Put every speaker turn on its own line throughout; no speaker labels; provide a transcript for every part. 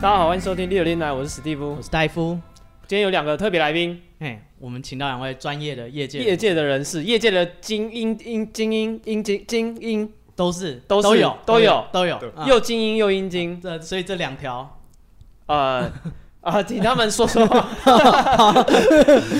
欢迎收听《六零来》，我是史蒂夫
我。是戴夫。
今天有两个特别来宾，
哎，我们请到两位专业的业界
业界的人士，业界的精英、英精英、英精精英，
都是
都是
有
都
都
有
都有
对，
啊
又精英又英精。
这所以这两条
呃 啊，请他们说 说话。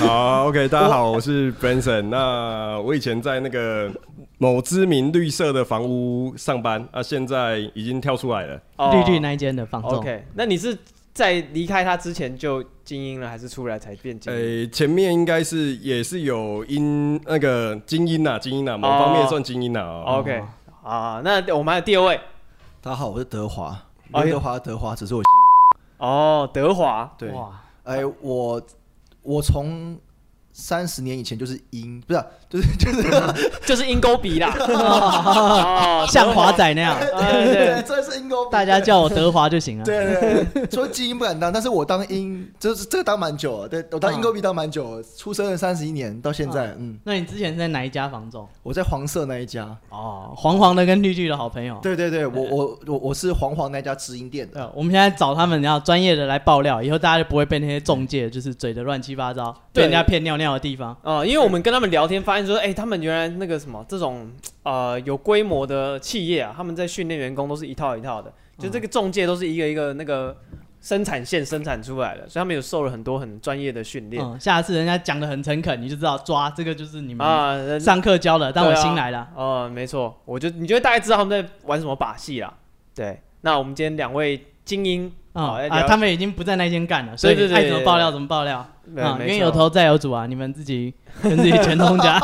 好，OK，大家好，我是 Branson。那我以前在那个某知名绿色的房屋上班啊，现在已经跳出来了。
哦
绿绿那一间的放纵，
OK，那你是在离开他之前就精英了，还是出来才变精
呃、
哎
英？
前面应该是也是有因那个啊精英呐、精英呐、某方面算精英呐、哦。
OK，啊，那我们还有第二位
大家好，我是德华，
哎呦
刘德华，德华，只是我
哦，德华。
对，
哇，
哎，我我从三十年以前就是英，不是啊、就是就是
就是鹰钩 鼻啦，哦
像华，仔 那样，
德华哎对，
这是英国，
大家叫我德华就行了。
对对对，说基因不敢当，但是我当英就是这个当蛮久了，对我当英国币当蛮久了，出生了三十一年到现在，嗯，
那你之前是在哪一家房总？
我在黄色那一家，
哦，黄黄的跟绿绿的好朋友。
对对对，我我我我是黄黄那家直营店的，
呃，我们现在找他们，然后专业的来爆料，以后大家就不会被那些中介就是嘴的乱七八糟，
对
被人家骗尿尿的地方。
哦，因为我们跟他们聊天，发现说，哎、他们原来那个什么这种呃有规模的企业啊，他们在训练员工都是一套一套的，就
嗯
这个中介都是一个一个那个生产线生产出来的，所以他们有受了很多很专业的训练
嗯，下次人家讲的很诚恳，你就知道抓这个就是你们
啊。人
上课教的，当我
对啊
新来的。
哦、没错，我就你就会大概知道他们在玩什么把戏啦。对，那我们今天两位精英
啊、
好要
啊，
聊
他们已经不在那间干了，所以
对对对
爱怎么爆料怎么爆料啊、
对没
冤
错
有头债有主啊，你们自己 跟自己全通 家。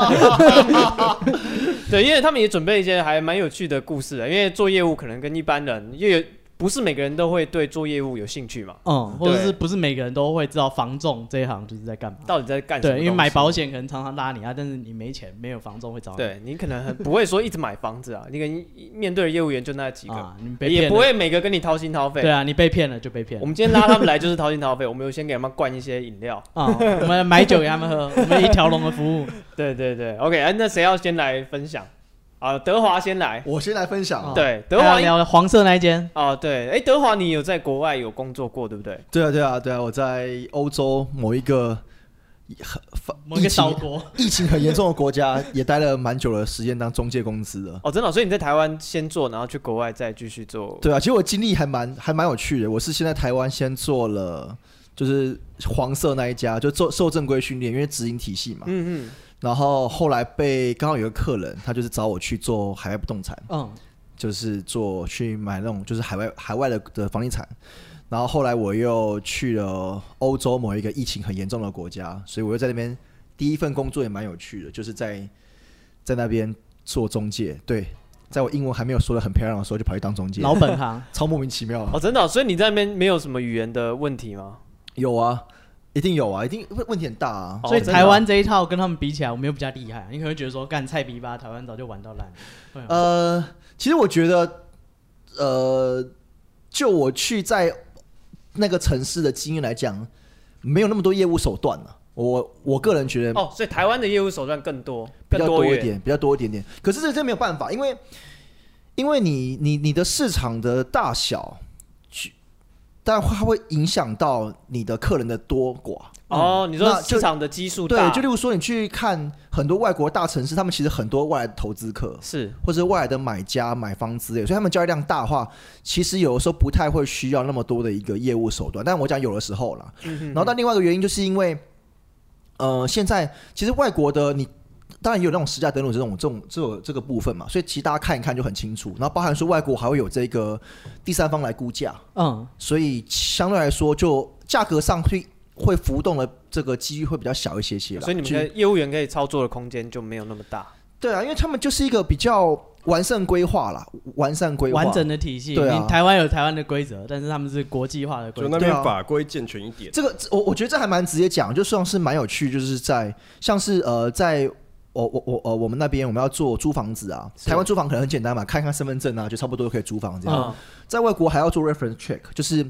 对，因为他们也准备一些还蛮有趣的故事的，因为做业务可能跟一般人，因为有不是每个人都会对做业务有兴趣嘛，
嗯，或者
对
是不是每个人都会知道房仲这一行就是在干嘛？
到底在干什么
对，
东西？
因为买保险可能常常拉你啊，但是你没钱，没有房仲会找你。啊
对你可能很不会说一直买房子啊，你可能面对的业务员就那几个，
啊，你被骗
也
了
不。会每个跟你掏心掏肺。
对啊，你被骗了就被骗
我
了。
们今天拉他们来就是掏心掏肺，我们有先给他们灌一些饮 料。
啊、我们买酒给他 们喝，我们一条龙的服务。
对对对，OK，、啊、那谁要先来分享？啊，德华先来。
我先来分享啊
哦，
对，德
大
华
家聊黄色那一间，
哦，对，哎，德华你有在国外有工作过，对不
嗯
对？
对啊对啊对啊，我在欧洲某一个。
某一个
疫情
岛国，
疫情很严重的国家，也待了蛮久的时间当中介公司的。
哦，真的哦、所以你在台湾先做，然后去国外再继续做。
对啊，其实我经历还蛮还蛮有趣的。我是先在台湾先做了，就是黄色那一家，就做受正规训练，因为直营体系嘛。
嗯嗯，
然后后来被刚好有个客人，他就是找我去做海外不动产，
哦
嗯，
就是做去买那种就是海外海外的的房地产。然后后来我又去了欧洲某一个疫情很严重的国家，所以我又在那边第一份工作也蛮有趣的，就是在在那边做中介。对，在我英文还没有说的很漂亮的时候，就跑去当中介，
老本行。
超莫名其妙的。
哦，真的哦、所以你在那边没有什么语言的问题吗？
有啊，一定有啊，一定问问题很大啊。
哦
所以
真的
台
哦
湾这一套跟他们比起来，我们又比较厉害啊。你可能会觉得说，干菜逼吧，台湾早就玩到烂了。会吗
呃，其实我觉得，呃，就我去在那个城市的经验来讲，没有那么多业务手段了、我我个人觉得
哦，所以台湾的业务手段更多，
比
更
较多一
元。
点，比较多一点点。可是这真没有办法，因为因为你你你的市场的大小，去但它会影响到你的客人的多寡。
哦，你说
嗯那就
市场的基数大，
对，就例如说你去看很多外国大城市，他们其实很多外来的投资客，
是
或者外来的买家买方之类，所以他们交易量大的话，其实有的时候不太会需要那么多的一个业务手段。但我讲有的时候啦，
嗯
然后但另外一个原因就是因为，呃，现在其实外国的你。当然也有那种实价登录这种这种这种这个部分嘛，所以其实大家看一看就很清楚。然后包含说外国还会有这个第三方来估价，
嗯，
所以相对来说就价格上会会浮动的这个几率会比较小一些些啦。
所以你们
就
的业务员可以操作的空间就没有那么大。
对啊，因为他们就是一个比较完善规划啦，完善规划
完整的体系。
对啊
你台湾有台湾的规则，但是他们是国际化的规则。
就那边
对啊
法规健全一点。
这个这我我觉得这还蛮直接讲，就算是蛮有趣，就是在像是呃，在我我我呃我们那边我们要做租房子啊，
是
台湾租房可能很简单嘛，看看身份证啊，就差不多可以租房这样。
嗯
在外国还要做 reference check，就是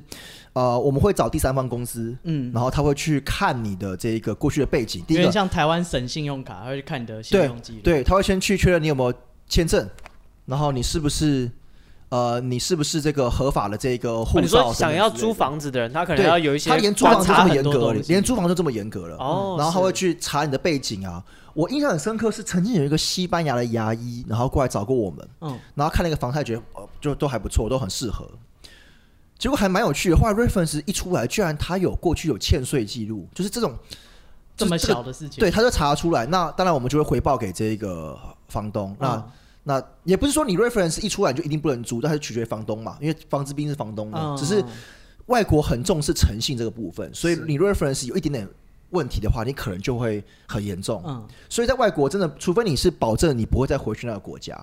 呃我们会找第三方公司，
嗯，
然后他会去看你的这一个过去的背景，第
有
一个
点像台湾省信用卡，他会去看你的信用记录。
对，他会先去确认你有没有签证，然后你是不是呃，你是不是这个合法的这个
哦
护
你
照、
说想要租，房子的人，他可能
对
要有一些
他连租房就这么严
观察很多
格了
东，西
连租房就这么严格了。
哦，
然后他
是
会去查你的背景啊。我印象很深刻是曾经有一个西班牙的牙医，然后过来找过我们，
嗯，
然后看那个房态，觉得哦就都还不错，都很适合。结果还蛮有趣的，后来 reference 一出来，居然他有过去有欠税记录，就是这种
这
就是
么
个
小的事情，
对，他就查出来。那当然，我们就会回报给这个房东。那、
嗯
那也不是说你 reference 一出来你就一定不能租，但是取决于房东嘛，因为房子毕竟是房东的。
嗯，
只是外国很重视诚信这个部分，所以
是
你 reference 有一点点问题的话，你可能就会很严重。
嗯，
所以在外国真的，除非你是保证你不会再回去那个国家，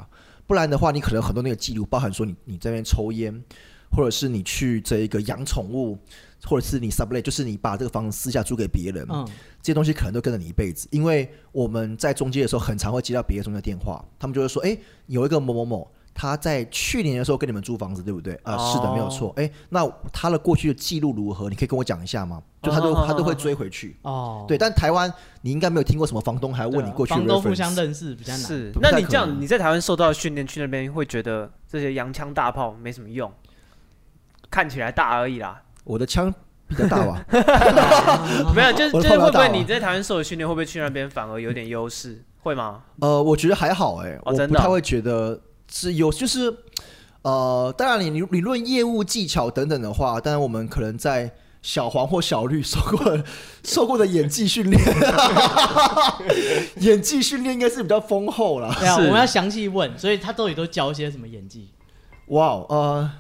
不然的话，你可能很多那个记录，包含说你你这边抽烟，或者是你去这一个养宠物，或者是你 sublet，就是你把这个房子私下租给别人，
嗯，
这些东西可能都跟着你一辈子，因为我们在中介的时候，很常会接到别的中介电话，他们就会说，哎、有一个某某某，他在去年的时候跟你们租房子，对不对？啊、
哦
是的，没有错。哎、那他的过去的记录如何？你可以跟我讲一下吗？就他都、
哦
他都会追回去。
哦，
对，但台湾你应该没有听过什么房东还
对
问
啊
你过去的
房东互
reference
相认识比较难，
是
不，
那
太
你
可
这样
能
你在台湾受到的训练，去那边会觉得这些洋枪大炮没什么用，看起来大而已啦。
我的枪比较大啊 吧？
嗯
没有，就是
我
就
的
是会
炮比较
不
大
会
啊
你在台湾受的训练，会不会去那边反而有点优势？会吗？
呃，我觉得还好哎、
哦
我
真
不
啊
的哦
太会觉得是有，就是呃，当然你理论业务技巧等等的话，当然我们可能在小黄或小绿受过受过的演技训 练，演技训练应该是比较丰厚啦。
对啊，我
是
们要详细问，所以他到底都教一些什么演技？
哇哦，呃，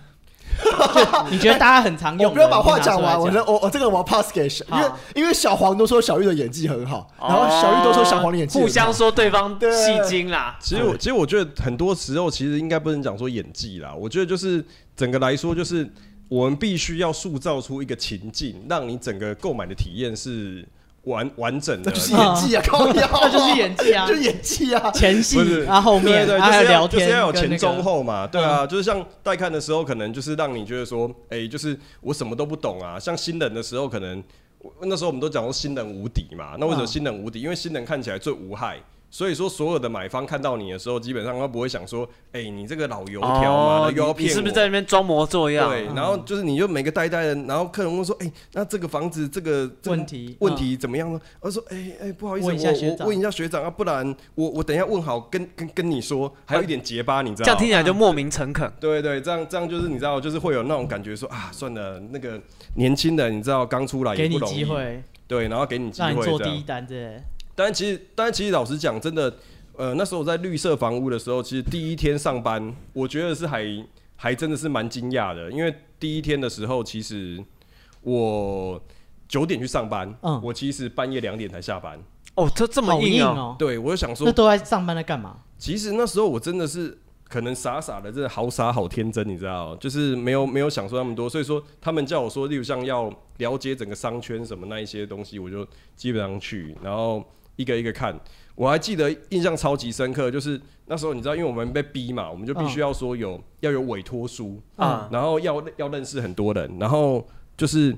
你觉得大家很常
我
用的？
不要把话
你拿出
讲
来
完，我觉得我我这个我要 pass 给小，因为
好
因为小黄都说小玉的演技很好，嗯然后小玉都说小黄的演技很
哦互
好
相说对方
对
戏精啦。
其实我其实我觉得很多时候其实应该不能讲说演技啦，我觉得就是整个来说就是我们必须要塑造出一个情境，让你整个购买的体验是完完整的
那。就是演技啊， 靠腰啊，
那就是演技啊
就演技啊，
前
不
戏
是
啊，后面
对对，
啊
就
还有
是要
聊
就是
天，
要有
跟那
前
个嗯
中后嘛，对啊，就是像带看的时候，可能就是让你觉得说，哎，就是我什么都不懂啊。像新人的时候，可能我那时候我们都讲说新人无敌嘛，那为什么
嗯
新人无敌？因为新人看起来最无害。所以说，所有的买方看到你的时候，基本上他不会想说：“哎、你这个老油条嘛，
哦
那又要
你你
骗我。”
是不是在那边装模作样？
嗯
对，然后就是你就每个呆呆的，然后客人问说：“哎、那这个房子这个这个
问题嗯
问题怎么样呢？”我说：“哎、哎、不好意思，
问一下学
我我
长
问一下学长啊，不然我我等一下问好，跟跟跟你说，还有一点结巴，你
这
知道
样
吗？”
听起来就莫名诚恳。
对对，这样这样就是你知道，就是会有那种感觉说啊，算了，那个年轻人你知道刚
啊
出来也
给
不
你
容
机
易，
会，
对，然后给你机
让你
会
做
这
第一
样。
单之类的。
但其实，但其实老实讲，真的，呃，那时候我在绿色房屋的时候，其实第一天上班，我觉得是还还真的是蛮惊讶的，因为第一天的时候，其实我九点去上班，
嗯
我其实半夜两点才下班。
哦，这这么
好硬
哦。
哦，
对，我就想
那
说，
都在上班在干嘛？
其实那时候我真的是可能傻傻的，真的好傻好天真，你知道，就是没有没有想说那么多，所以说他们叫我说，例如像要了解整个商圈什么那一些东西，我就基本上去，然后一个一个看。我还记得印象超级深刻，就是那时候你知道，因为我们被逼嘛，我们就必须要说有、要有委托书，
啊
然后要要认识很多人，然后就是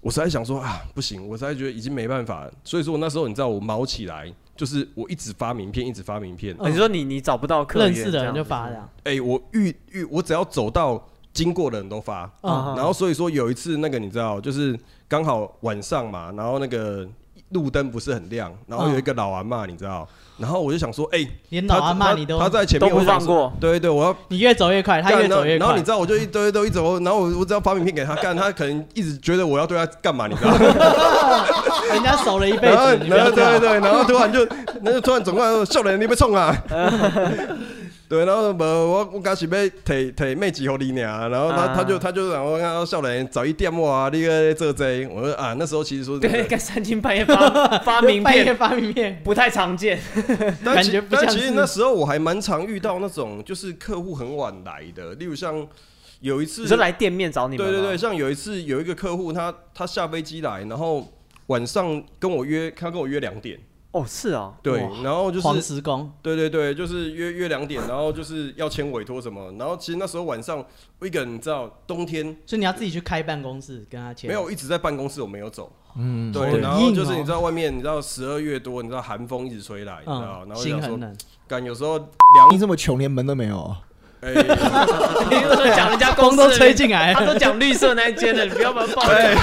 我实在想说啊，不行，我实在觉得已经没办法了，所以说我那时候你知道我毛起来，就是我一直发名片，一直发名片，
嗯
你说你你找不到客
认
源
识的人就发
这
这
样
样。
哎、我遇遇我只要走到经过的人都发，
啊
嗯，
然后所以说有一次那个你知道，就是刚好晚上嘛，然后那个路灯不是很亮，然后有一个老阿嬷，你知道，然后我就想说，哎、
连
他
老阿
他
妈你都
他在前
都
面
不
我想
放
说，
过。
对对，我要
你越走越快，他越
干，然
走
后
越
然后你
快
知。道我就一堆都一走，然后我我只要发名片给他干，他可能一直觉得我要对他干嘛，你知道。吗？
人家守了一辈
然后
子，你不
然
要
后
这
对
样。
对，然后突然就，那就突然总共笑脸你被冲啊，对，然后无我我刚是要提提妹几号你俩，然后他、
啊
他就他就然后看到笑脸早一点我啊，你个做这個，我说啊那时候其实说 真
对，
的，
干三更半夜 发发名
半夜
片，
发名片，
不太常见。
但
感
其
觉不
但
像
其实
是
那时候我还蛮常遇到那种就是客户很晚来的，例如像有一次
你说来店面找你们？
对对对，，像有一次有一个客户他他下飞机来，然后晚上跟我约，他跟我约两点，
哦是 哦，
对
哇，
然后就是
黄石公
对对对，就是约约两点，然后就是要签委托什么，然后其实那时候晚上我一个人，你知道冬天
所以你要自己去开办公室跟他签。嗯
没有一直在办公室，我没有走，
嗯，
对，
好
然后
硬
就是
哦
你知道外面，你知道十二月多，你知道寒风一直吹来，你知道，然
嗯，
后就
心
想说哎
很，冷。
干有时候
你
凉，
这么穷，连门都没有。
哎，
你为什么讲人家公司
风都吹进来
他
了，
都讲绿色那一间的，你不要把它爆
哎，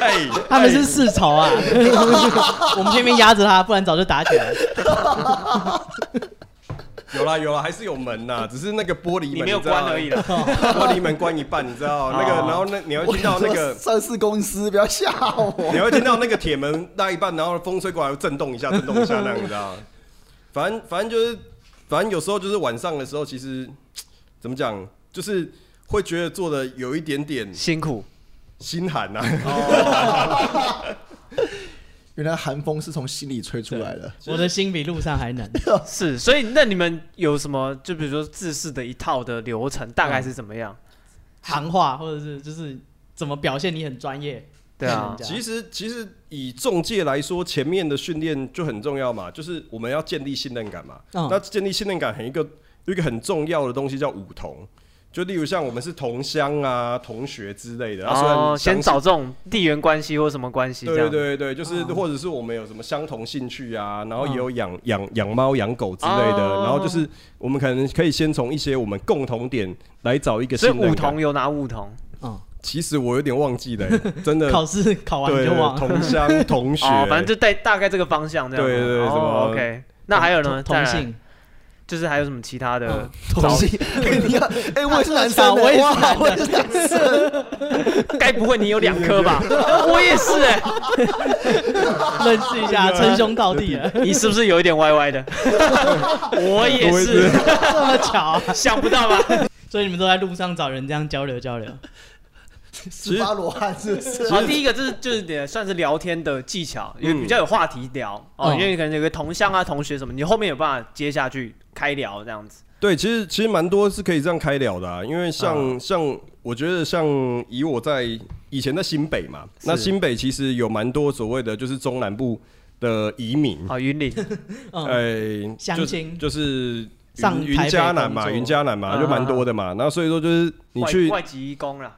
哎，
他们是世仇 啊，我们偏偏压着他，不然早就打起来了。
有啦有啦，还是有门呐，只是那个玻璃门
你没有
知道
关而已啦。
玻璃门关一半，你知道那个，
哦
然后那你会
我
听到那个
想说。上市公司，不要吓我。
你会听到那个铁门拉一半，然后风吹过来会震动一下，震动一下那样，你知道吗？反正反正就是，反正有时候就是晚上的时候，其实怎么讲，就是会觉得做的有一点点
辛苦，啊
心寒呐、啊
原来寒风是从心里吹出来的。
我的心比路上还冷。
是，所以那你们有什么？就比如说制式的一套的流程，大概是怎么样？
嗯行话，或者是就是怎么表现你很专业。
对啊
这样
其实其实以中介来说，前面的训练就很重要嘛，就是我们要建立信任感嘛。
嗯
那建立信任感很一个有一个很重要的东西叫五同。就例如像我们是同乡啊、同学之类的，啊、虽
哦
然，
先
相
找这种地缘关系或什么关系这
对
样。嗯
对对，就是
啊
或者是我们有什么相同兴趣啊，然后也
啊
有养养养猫养狗之类的，
啊
然后就是我们可能可以先从一些我们共同点来找一个
所
信
以
任
五
感
同。有哪五同？
嗯，
其实我有点忘 记了、真的
考试考完
对
你就忘了。
同乡同学，
哦，反正就带大概这个方向这样。
对对对
哦
什么
，OK。那还有呢？
同
再来
同性，
就是还有什么其他的
嗯？
找
同性，哎 你看，哎，我也是男生的，
我也是
哇
男的
我也是男生，
该不会你有两颗 吧？我也是哎、
认识一下，称兄道弟了，
你是不是有一点歪歪 的？我也
我也
是
是，
这么巧啊！
想不到吧？
所以你们都在路上找人这样交流 交流。
十八罗汉是不是？
好，第一个就是就是也算是聊天的技巧，也
嗯
比较有话题聊哦，
嗯
因为可能有个同乡啊、同学什么，你后面有办法接下去开聊这样子。
对，其实其实蛮多是可以这样开聊的、啊，因为
嗯
像、像我觉得像以我在以前在新北嘛，那
是
新北其实有蛮多所谓的就是中南部的移民，
好，哦云岭呃
嗯，
哎，
相
就
亲
就是
上
云云
台北
嘉南
工
嘛，
作
云嘉南嘛，
啊
就蛮多的嘛。那所以说就是你
外
去，
外籍义工啦，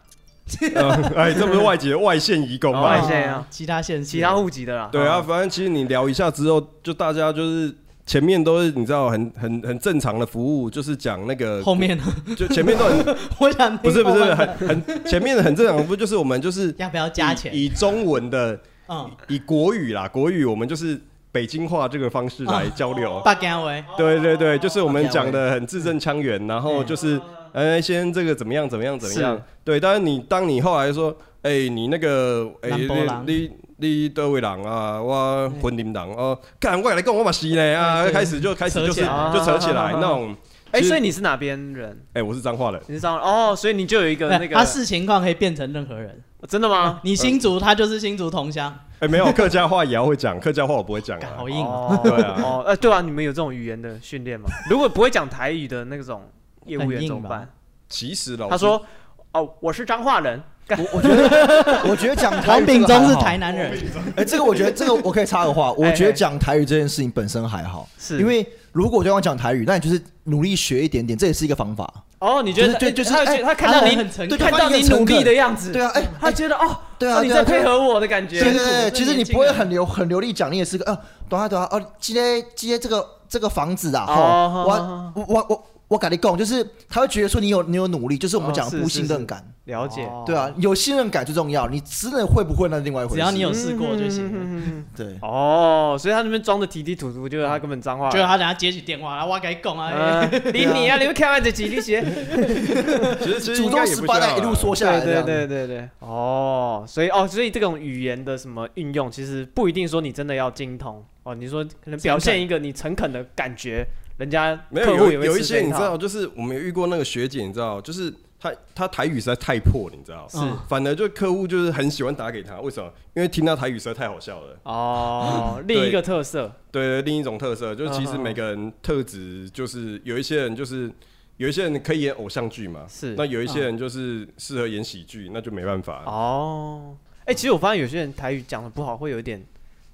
呃哎，这不是外籍的外县移工
哦外
嘛？
县啊
嗯其他县市
其他户籍的啦。
对啊，
哦，
反正其实你聊一下之后，就大家就是。前面都是你知道很很很正常的服务，就是讲那个，
后面呢？
就前面都很
我想
不
听
是不
后
是
面
很很前面很正常的服务，就是我们就是
要不要 加钱？
以以中文的
嗯，
以国语啦，国语我们就是北京话这个方式来交流。
八干维，
对对对，就是我们
OK，OK
讲的很字正腔圆，然后就是，哎，先这个怎么样怎么样怎么
是
样，对。但是你当你后来说，哎，你那个，哎，
南部人
你你你德位人啊，我婚林人哦，干我也来跟我嘛是嘞啊，
对
开始就开始就
扯起
是
来
就扯起来
啊
那种，
哎，
其实
所以你是哪边人？
哎，我是彰化人，
你是上哦，所以你就有一
哎
个那
对
个
他视情况可以变成任何人。
真的吗？
你新竹，他就是新竹同乡，
哎，没有客家话也要会讲，客家话我不会 讲
干
啊
好，硬哦。
哦，
对啊
哦，呃，对啊，你们有这种语言的训 练吗？如果不会讲台语的那种业务
很
员
硬
怎么
吧
哦
办？
其实老
他
师
说：“哦，我是彰化人。
我我觉得，我觉得讲台
黄
语这
炳
个
忠
还
是
好
台南人，
哎，这个我觉得，这个我可以插个话，我觉
哎哎
得讲台语这件事情本身还好，
是
因为如果对方讲台语，那你就是努力学一点点，这也是一个方法。”
哦，你觉得
就是就是
他觉
哎
得他看到
他
你
很诚
对
看到你努力的样子，
对啊，哎、
他觉得哦，
对啊
哦你
对啊
在
对啊
配合我的感觉
对，对
辛苦
对，
这
其实你
年轻
不会
人
很流很流利讲，你也是个啊，懂啊懂啊，哦，今天今天这个这个房子啊，吼、
哦
我我我我我跟你讲，就是他会觉得说你有你有努力，就是我们
哦
讲
是
的不
是
信
是
任感，
了解，
哦
对啊，有信任感最重要，你真的会不会那是另外一回事，
只要你有试过就
嗯
行了
行。
对。
哦，所以他那边装的提提吐吐，就是他根本脏话。
就是他等下接起电话，然后我给你讲啊，
哦呃，理 你啊，你们开玩笑几滴血？
其实其实
祖
应该
宗
也
十
不
八
像
代
啊
一路说下
对对
来，
对，对对。哦，所以哦，所以这种语言的什么运用，其实不一定说你真的要精通哦，你说可能表现一个你诚恳的感觉，人家
没
客
有
户
有
也会
有一
吃
些
这
你知
套
道，就是我们有遇过那个学姐，你知道，就是她她台语实在太破，你知道，
是
反而就客户就是很喜欢打给她，为什么？因为听她台语实在太好笑了。
哦，另一个特色
对，另一种特色就是其
嗯
实
嗯嗯
每个人特质就是有一些人就是有一些人可以演偶像剧嘛，
是
那有一些人就是适合演喜剧，那就没办法。
哦，哎、其实我发现有些人台语讲的不好，会有一点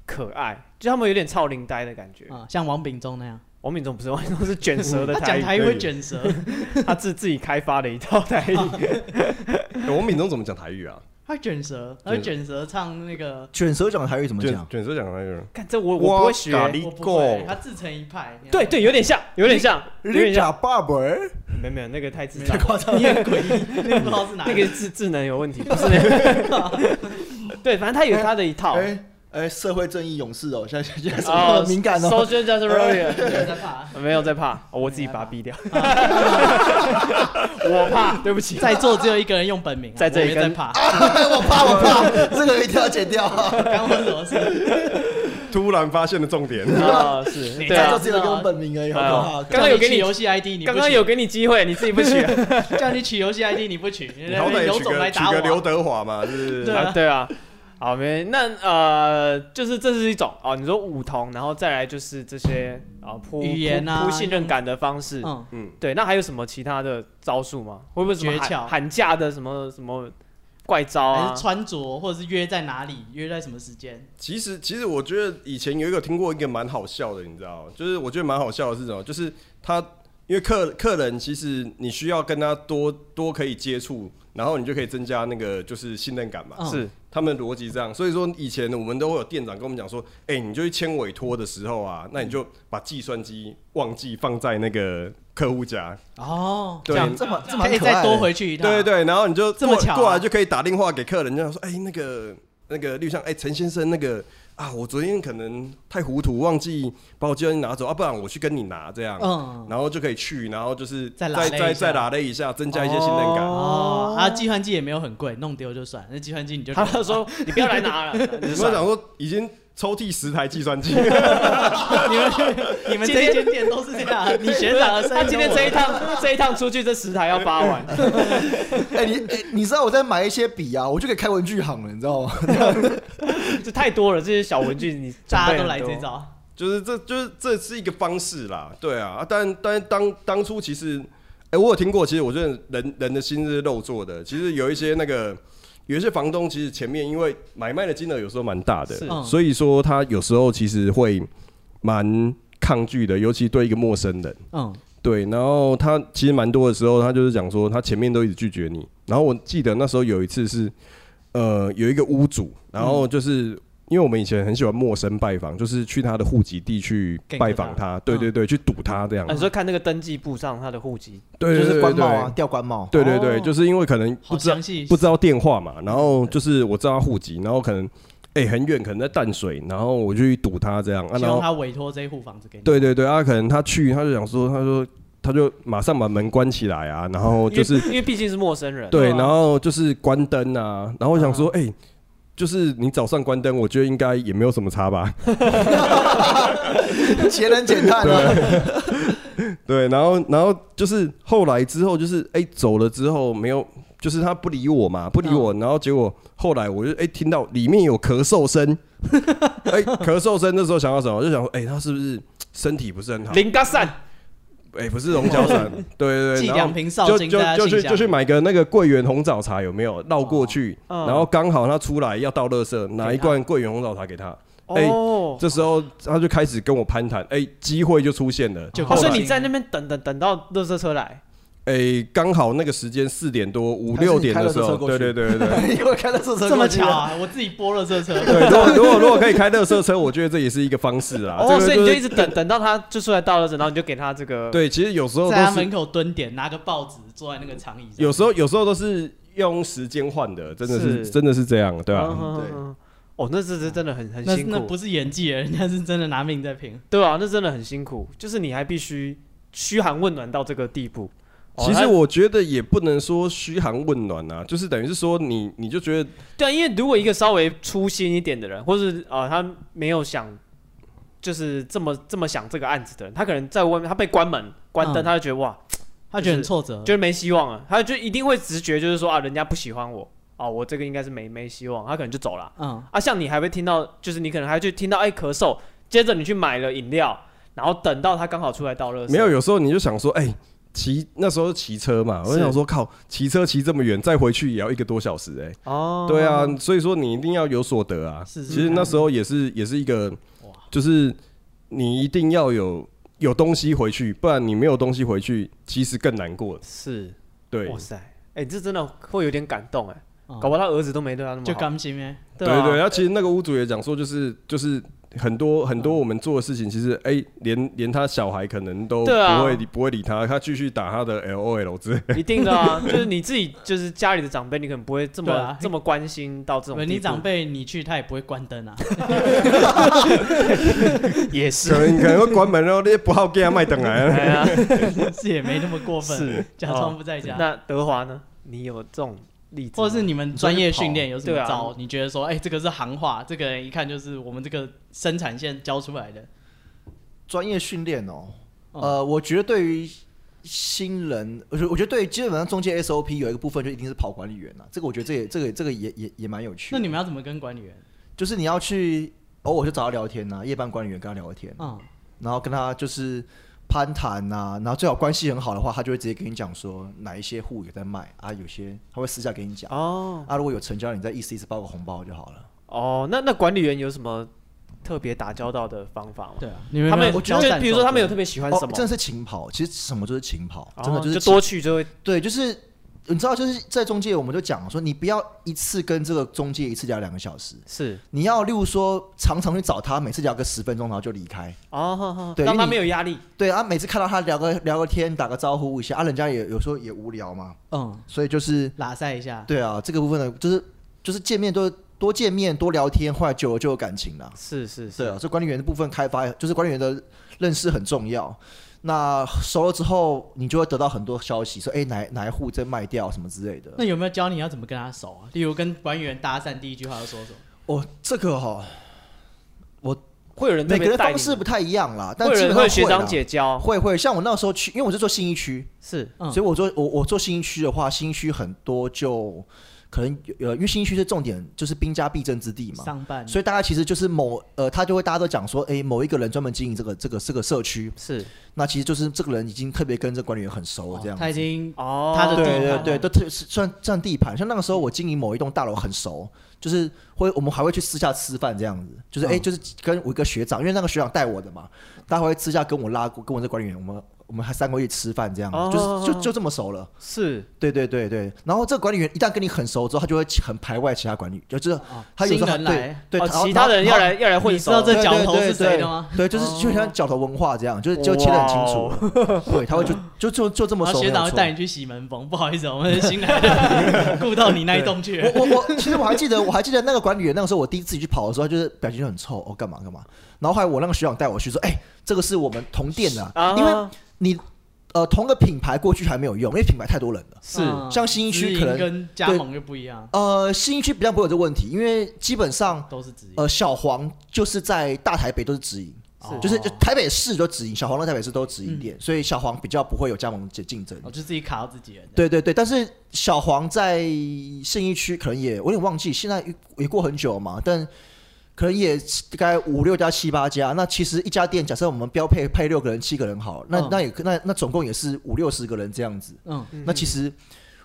可爱，就他们有点超龄呆的感觉。
啊，像王炳忠那样，
王敏忠不是，王敏忠是卷舌的
他讲
台
台
语，
语会 卷舌，
他自自己开发的一套台语。
哎欸王敏忠怎么讲台语啊？
他卷舌，他会卷舌唱那个，
卷舌讲台语怎么
卷
讲？
卷舌讲那个，
看这我我不会学，
咖喱
我不会，
贡
他自成一派。你知道
对
吗，
对，有点像，有点像，有点
你
像，
假爸爸儿，
没有没有那个太智障
太
了，
夸张了。
你很诡异，你也不知道是哪
那
一
个
个。
智智能有问题，不是 那个。对，反正他有他的一套。
哎哎，社会正义勇士哦，现在现在什么
哦
很敏感哦。
Social justice warrior，
有人在怕。
没有在怕，哦我自己把它逼掉。 我怕，对不起。
在座只有一个人用本名啊，
在这里
我没在
跟
怕，
我怕我怕，这个一定要剪掉啊。
干我什么事？
突然发现了重点。
啊，是对
大家
啊
就。只有一个人本名而已，好不好？
刚刚有给
哦叫
你
取游戏 ID，你不
刚刚
取
有给你机会，你自己不取。
叫你取游戏 ID，你不取，
你好歹也
有
取
种来
个取
打我
个
啊。
刘德华嘛，就是
对
啊，对啊。好，没那呃，就是这是一种哦，你说舞同，然后再来就是这些啊铺
语言啊
铺铺信任感的方式。
嗯，
嗯，
对，那还有什么其他的招数吗？会不会有什么
诀
喊
窍
喊价的什么什么怪招
还
啊
是？穿着，或者是约在哪里，约在什么时间？
其实其实我觉得以前有一个听过一个蛮好笑的，你知道吗，就是我觉得蛮好笑的是什么？就是他因为客客人其实你需要跟他多多可以接触，然后你就可以增加那个就是信任感嘛。
嗯
是
他们的逻辑是这样，所以说以前我们都会有店长跟我们讲说，哎、你就去签委托的时候啊，那你就把计算机忘记放在那个客户家，
哦，
对
啊
这样
这么这么欸
可以再多回去一趟。
对对，然后你就
这么
过
巧啊
过来就可以打电话给客人，就想说，哎、那个那个绿像，哎、陈先生，那个啊，我昨天可能太糊涂，忘记把我计算机拿走啊，不然我去跟你拿这样，
嗯，
然后就可以去，然后就是
再拉
再
勒一
再
下
再拉了一下，增加一些信任感。
哦，啊，计算机也没有很贵，弄丢就算。那计算机你就
他就说你不要来 拿了，你
你
说
说想说已经抽屉十台计算机，
你们你们这一间店都是这样， 你学长的生意
他今天
跟我
这一趟 这一趟出去，这十台要发 完，
哎，你哎你知道我在买一些笔啊，我就可以开文具行了，你知道吗？
这太多了。这些小文具你准
大
备
家
很
都来这
多
招，
就是这就是这是一个方式啦，对啊，啊但但当当初其实，哎、我有听过，其实我觉得人人的心是肉做的，其实有一些那个。有一些房东其实前面因为买卖的金额有时候蛮大的
是，
嗯
所以说他有时候其实会蛮抗拒的，尤其对一个陌生人。
嗯，
对，然后他其实蛮多的时候，他就是讲说他前面都一直拒绝你。然后我记得那时候有一次是，呃，有一个屋主，然后就是、因为我们以前很喜欢陌生拜访，就是去他的户籍地去拜访他，对对对，去堵他这样
啊。你说看那个登记簿上他的户籍，
对
就
对
是
对
官
对
帽
对
啊，，吊官帽。
对对对，
哦
就是因为可能不
好
知道
详细，
不知道电话嘛，然后就是我知道他户籍，然后可能哎、很远，可能在淡水，然后我就去堵他这样，啊、
希
然后
望他委托这一户房子给你。
对对对，啊，可能他去他就想说，他说他就马上把门关起来啊，然后
因
就
为
是
因为毕竟是陌生人，
对，
对啊
然后就是关灯啊，然后我想说，哎、就是你早上关灯，我觉得应该也没有什么差吧。
节能减碳啊，
对，然后然后就是后来之后就是哎、走了之后没有，就是他不理我嘛，不理我，然后结果后来我就哎、听到里面有咳嗽声， 哎、咳嗽声，那时候想到什么？我就想说，哎、他是不是身体不是很好？
零嘎散，
哎、不是龙角 散，对对
寄
对，然后
两瓶绍
就
兴
就
在他
就
信
去
箱
就去
里。
买个那个桂圆红枣茶有没有绕过去？
嗯
然后刚好他出来要倒垃圾，拿一罐桂圆红枣茶给他。哎
哦，
这时候他就开始跟我攀谈，哎，机会就出现了。
就
哦，
过
所以
来
你在那边等等等到垃圾车来，
哎，刚好那个时间四点多五
还是你
六点的时
开了
候，
车过去
对对对对 对。
因为看到这车
这么巧啊！我自己拨 了这车，
对，如果如果如果可以开乐色车，我觉得这也是一个方式啦。
哦，
啊
所
这个
以你就是一直等等到他就出来倒垃圾，然后你就给他这个，
对，其实有时候
在他
都是
门口蹲点，拿个报纸，坐在那个长椅上。
有时候有时候都是用时间换的，真的是
是
真的是这样，对
嗯
吧？
哼
对
哼哦，那这是真的很很
那
辛
那
苦，
不是演技了，人家是真的拿命在拼。
对啊，那真的很辛苦，就是你还必须嘘寒问暖到这个地步。哦
其实
他
我觉得也不能说嘘寒问暖啊，就是等于是说你你就觉得
对啊，因为如果一个稍微粗心一点的人，或是啊、呃他没有想，就是这么这么想这个案子的人，他可能在外面他被关门关灯，
嗯
他就觉得哇，
他觉得很挫折，
就是没希望了，他就一定会直觉就是说啊，人家不喜欢我啊，我这个应该是没没希望，他可能就走了
嗯，
啊。像你还会听到，就是你可能还去听到哎咳嗽，接着你去买了饮料，然后等到他刚好出来倒热水，
没有，有时候你就想说，哎、骑那时候骑车嘛，我
是
就想说，靠，骑车骑这么远，再回去也要一个多小时、哎、
哦，
对啊，所以说你一定要有所得啊。
是是
其实那时候也是也是一个，就是你一定要有有东西回去，不然你没有东西回去，其实更难过。
是，
对
哇，塞，哎、这真的会有点感动哎、
哦
搞不好他儿子都没对他那么
就
好。
甘心哎，
对
对
啊
对，然后其实那个屋主也讲说，就是就是很多很多我们做的事情，其实哎、连连他小孩可能都不
对啊
会理、不会理他，他继续打他的 L O L 之类。
一定的啊， 就是你自己，就是家里的长辈，你可能不会这么、
对啊
这么关心到这种地步。
你长辈你去他也不会关灯啊，
也
可
是，
能可能会关门，然后你不好给他卖等 来。啊
哎
啊
呀，
是也没那么过分，
是哦
假装不在家。
哎那德华呢？你有这种例子吗？
啊或者是你们专业训练有什
对
么
啊
招？你觉得说，哎、这个是行话，这个人一看就是我们这个生产线教出来的。
专业训练哦，
哦
呃，我觉得对于新人，我觉得我觉得对于基本上中介 SOP 有一个部分就一定是跑管理员了、这个我觉得这也这个这个也也也蛮有趣的。
那你们要怎么跟管理员？
就是你要去偶尔就找他聊天呐、夜班管理员跟他聊天，
嗯，
然后跟他就是攀谈呐、然后最好关系很好的话，他就会直接跟你讲说哪一些户有在卖啊，有些他会私下给你讲
哦
啊，如果有成交，你再意思意思包个红包就好了。
哦，那那管理员有什么特别打交道的方法吗？
对啊，你们
他们
有
就
交战
比如说
手
他们有
册
特别喜欢
哦
什么，，
真的是勤跑，其实什么都是勤跑，
然
真
后
的就是
哦就
勤
多去就会
对，就是你知道，就是在中介，我们就讲说，你不要一次跟这个中介一次聊两个小时，
是
你要例如说常常去找他，每次聊个十分钟，然后就离开。
哦，好好
对
让
因
他
为你
没有压力。
对啊，每次看到他聊个聊个天，打个招呼一下啊，人家也有时候也无聊嘛，
嗯，
所以就是
拉塞一下。
对啊，这个部分呢，就是就是见面多多见面多聊天，后来久了就有感情了。
是是
对
是，
啊，所以管理员的部分开发，就是管理员的认识很重要。那熟了之后，你就会得到很多消息，说哎、哪哪一户在卖掉什么之类的。
那有没有教你要怎么跟他熟啊？例如跟管理员搭讪，第一句话要说什么？
哦，这个哈、
会有人特
每个
别
人
带
方
你
式不
们，
太一样啦，但
会有
基
人会
本上会
有学
啦
长姐教，
会会，像我那时候去，因为我是做信义区，
是
嗯
所以我做我我做信义区的话，信义区很多就可能有呃，因为信义区是重点，就是兵家必争之地嘛，
上半
所以大家其实就是某呃，他就会大家都讲说，诶，某一个人专门经营这个这个这个社区，
是
那其实就是这个人已经特别跟这管理员很熟了，这样。
他已经
哦，
他的
对
地盘
对
啊
对，都特是算占地盘。像那个时候，我经营某一栋大楼很熟，就是会我们还会去私下吃饭这样子，就是哎、
嗯
就是跟我一个学长，因为那个学长带我的嘛，他还会私下跟我拉过，跟我这管理员，我们我们还三个一起吃饭这样子，
哦
就是就就这么熟了。
是
对对对对，然后这个管理员一旦跟你很熟之后，他就会很排外其他管理，就是
哦
他有时
新
候
人
对
来，
对，
哦
然后
其他的人要。来要来
你
混
知
熟
道
然后
这角头是谁的吗？哦
对对对对，就是就像角头文化这样，就是就
哇
切得很清楚， 对，他会就就就就这么
然
熟
后
没
学
有
长会
错。
带你去洗门 风，不好意思，我们新来的顾到你那一栋去了。
我我我，其实我还记得，我还记得那个管理员那个时候，我第一次去跑的时候，他就是表情就很臭，哦，干嘛干嘛。然后后来我那个学长带我去说，哎、这个是我们同店的、
啊，
因为你呃同个品牌过去还没有用，因为品牌太多人了。
是
嗯
像新一区
直营
可能
跟加
对
盟就不一样，
呃，新一区比较不会有这个问题，因为基本上
都是直营。
呃小黄就是在大台北都是直营。
是
就是就台北市都直营，小黄在台北市都直营店，
嗯
所以小黄比较不会有加盟者竞争。
哦，就自己卡到自己人。，
对对对，但是小黄在信义区可能也我有点忘记，现在呃也过很久嘛，但可能也大概五六家、七八家。那其实一家店，假设我们标配配六个人、七个人好了，那、
嗯
那也那那总共也是五六十个人这样子。
嗯，
那其实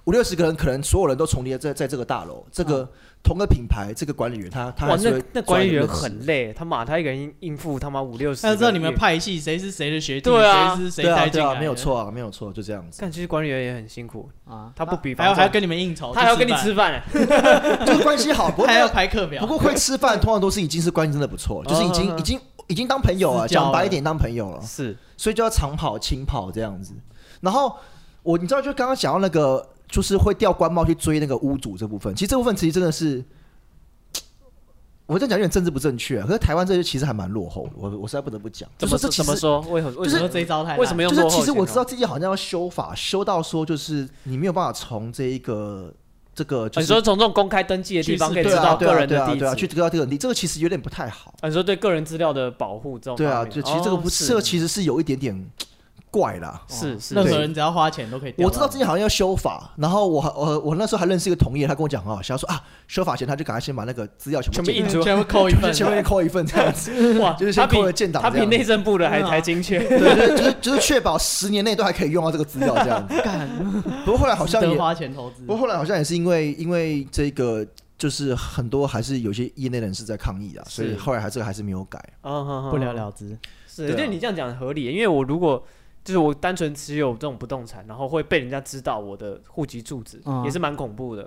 五六十个人，可能所有人都重叠在在这个大楼，这个、同个品牌，这个管理员他他
哇
还，是
那
会
那管理员
专门认识
很累，他妈他一个人应付他妈五六十个
那
业务，
知道你们派系谁是谁的学弟，
对啊
谁是谁
对啊
带进
对
来
啊，
的，
没有错啊，没有错，就这样子。
干，其实管理员也很辛苦，
啊。
他不比
还要
方
还要
正
跟你们应酬，
他还要
去
跟你
饭
吃， 饭，
就是关系好，不
他
过
还要排课表
不。过会吃饭，通常都是已经是关系真的不 错，就是已经
哦
已经已经当朋友啊，
私交了
讲白一点当朋友了，
是
所以就要长跑、轻跑这样子。然后我你知道，就刚刚讲到那个，就是会掉官帽去追那个屋主这部分，其实这部分其实真的是。我这样讲有点政治不正确、啊可是台湾这些其实还蛮落后的，我我实在不得不讲。
怎
就
么
说这其
怎
实
么说？为何为
我
什
说
么
这一招太烂
为什么用
就
落后
是其实
形容
我知道自己好像要修法，修到说就是你没有办法从这一个这个就
啊你
是
说从这种公开登记的地方可以
对
知
啊
道
对啊
个人
对
的
啊
地
对啊，去
址，
知道这个地，这个其实有点不太好。
啊你说对个人资料的保护这种
对
方
啊，
面
就其实这个不，
哦
这其实是有一点点怪啦。
是是
哦任何
是
人只要花钱都可以钓到。
我知道之前好像要修法，然后我还我我那时候还认识一个同业，他跟我讲很好笑，他说啊修法前他就赶快先把那个资料全部
全部
建
印出
全部扣一份
全部，前面扣一份这样子，
哇，
就是
他
先
比
扣了建档
他
这
比
样
内
子，
政部的还
对啊
还精确，
对，就是就是就是确保十年内都还可以用到这个资料这样子。不过后来好像
值得
也，
花钱投资
不。过后来好像也是因为因为这个就是很多还是有些业内人士在抗议啊，所以
是
后来还这个还是没有改。
不
啊
不了，了之，
是，
对啊
对你这样讲很合理，因为我如果就是我单纯持有这种不动产，然后会被人家知道我的户籍住址
嗯，
也是蛮恐怖的。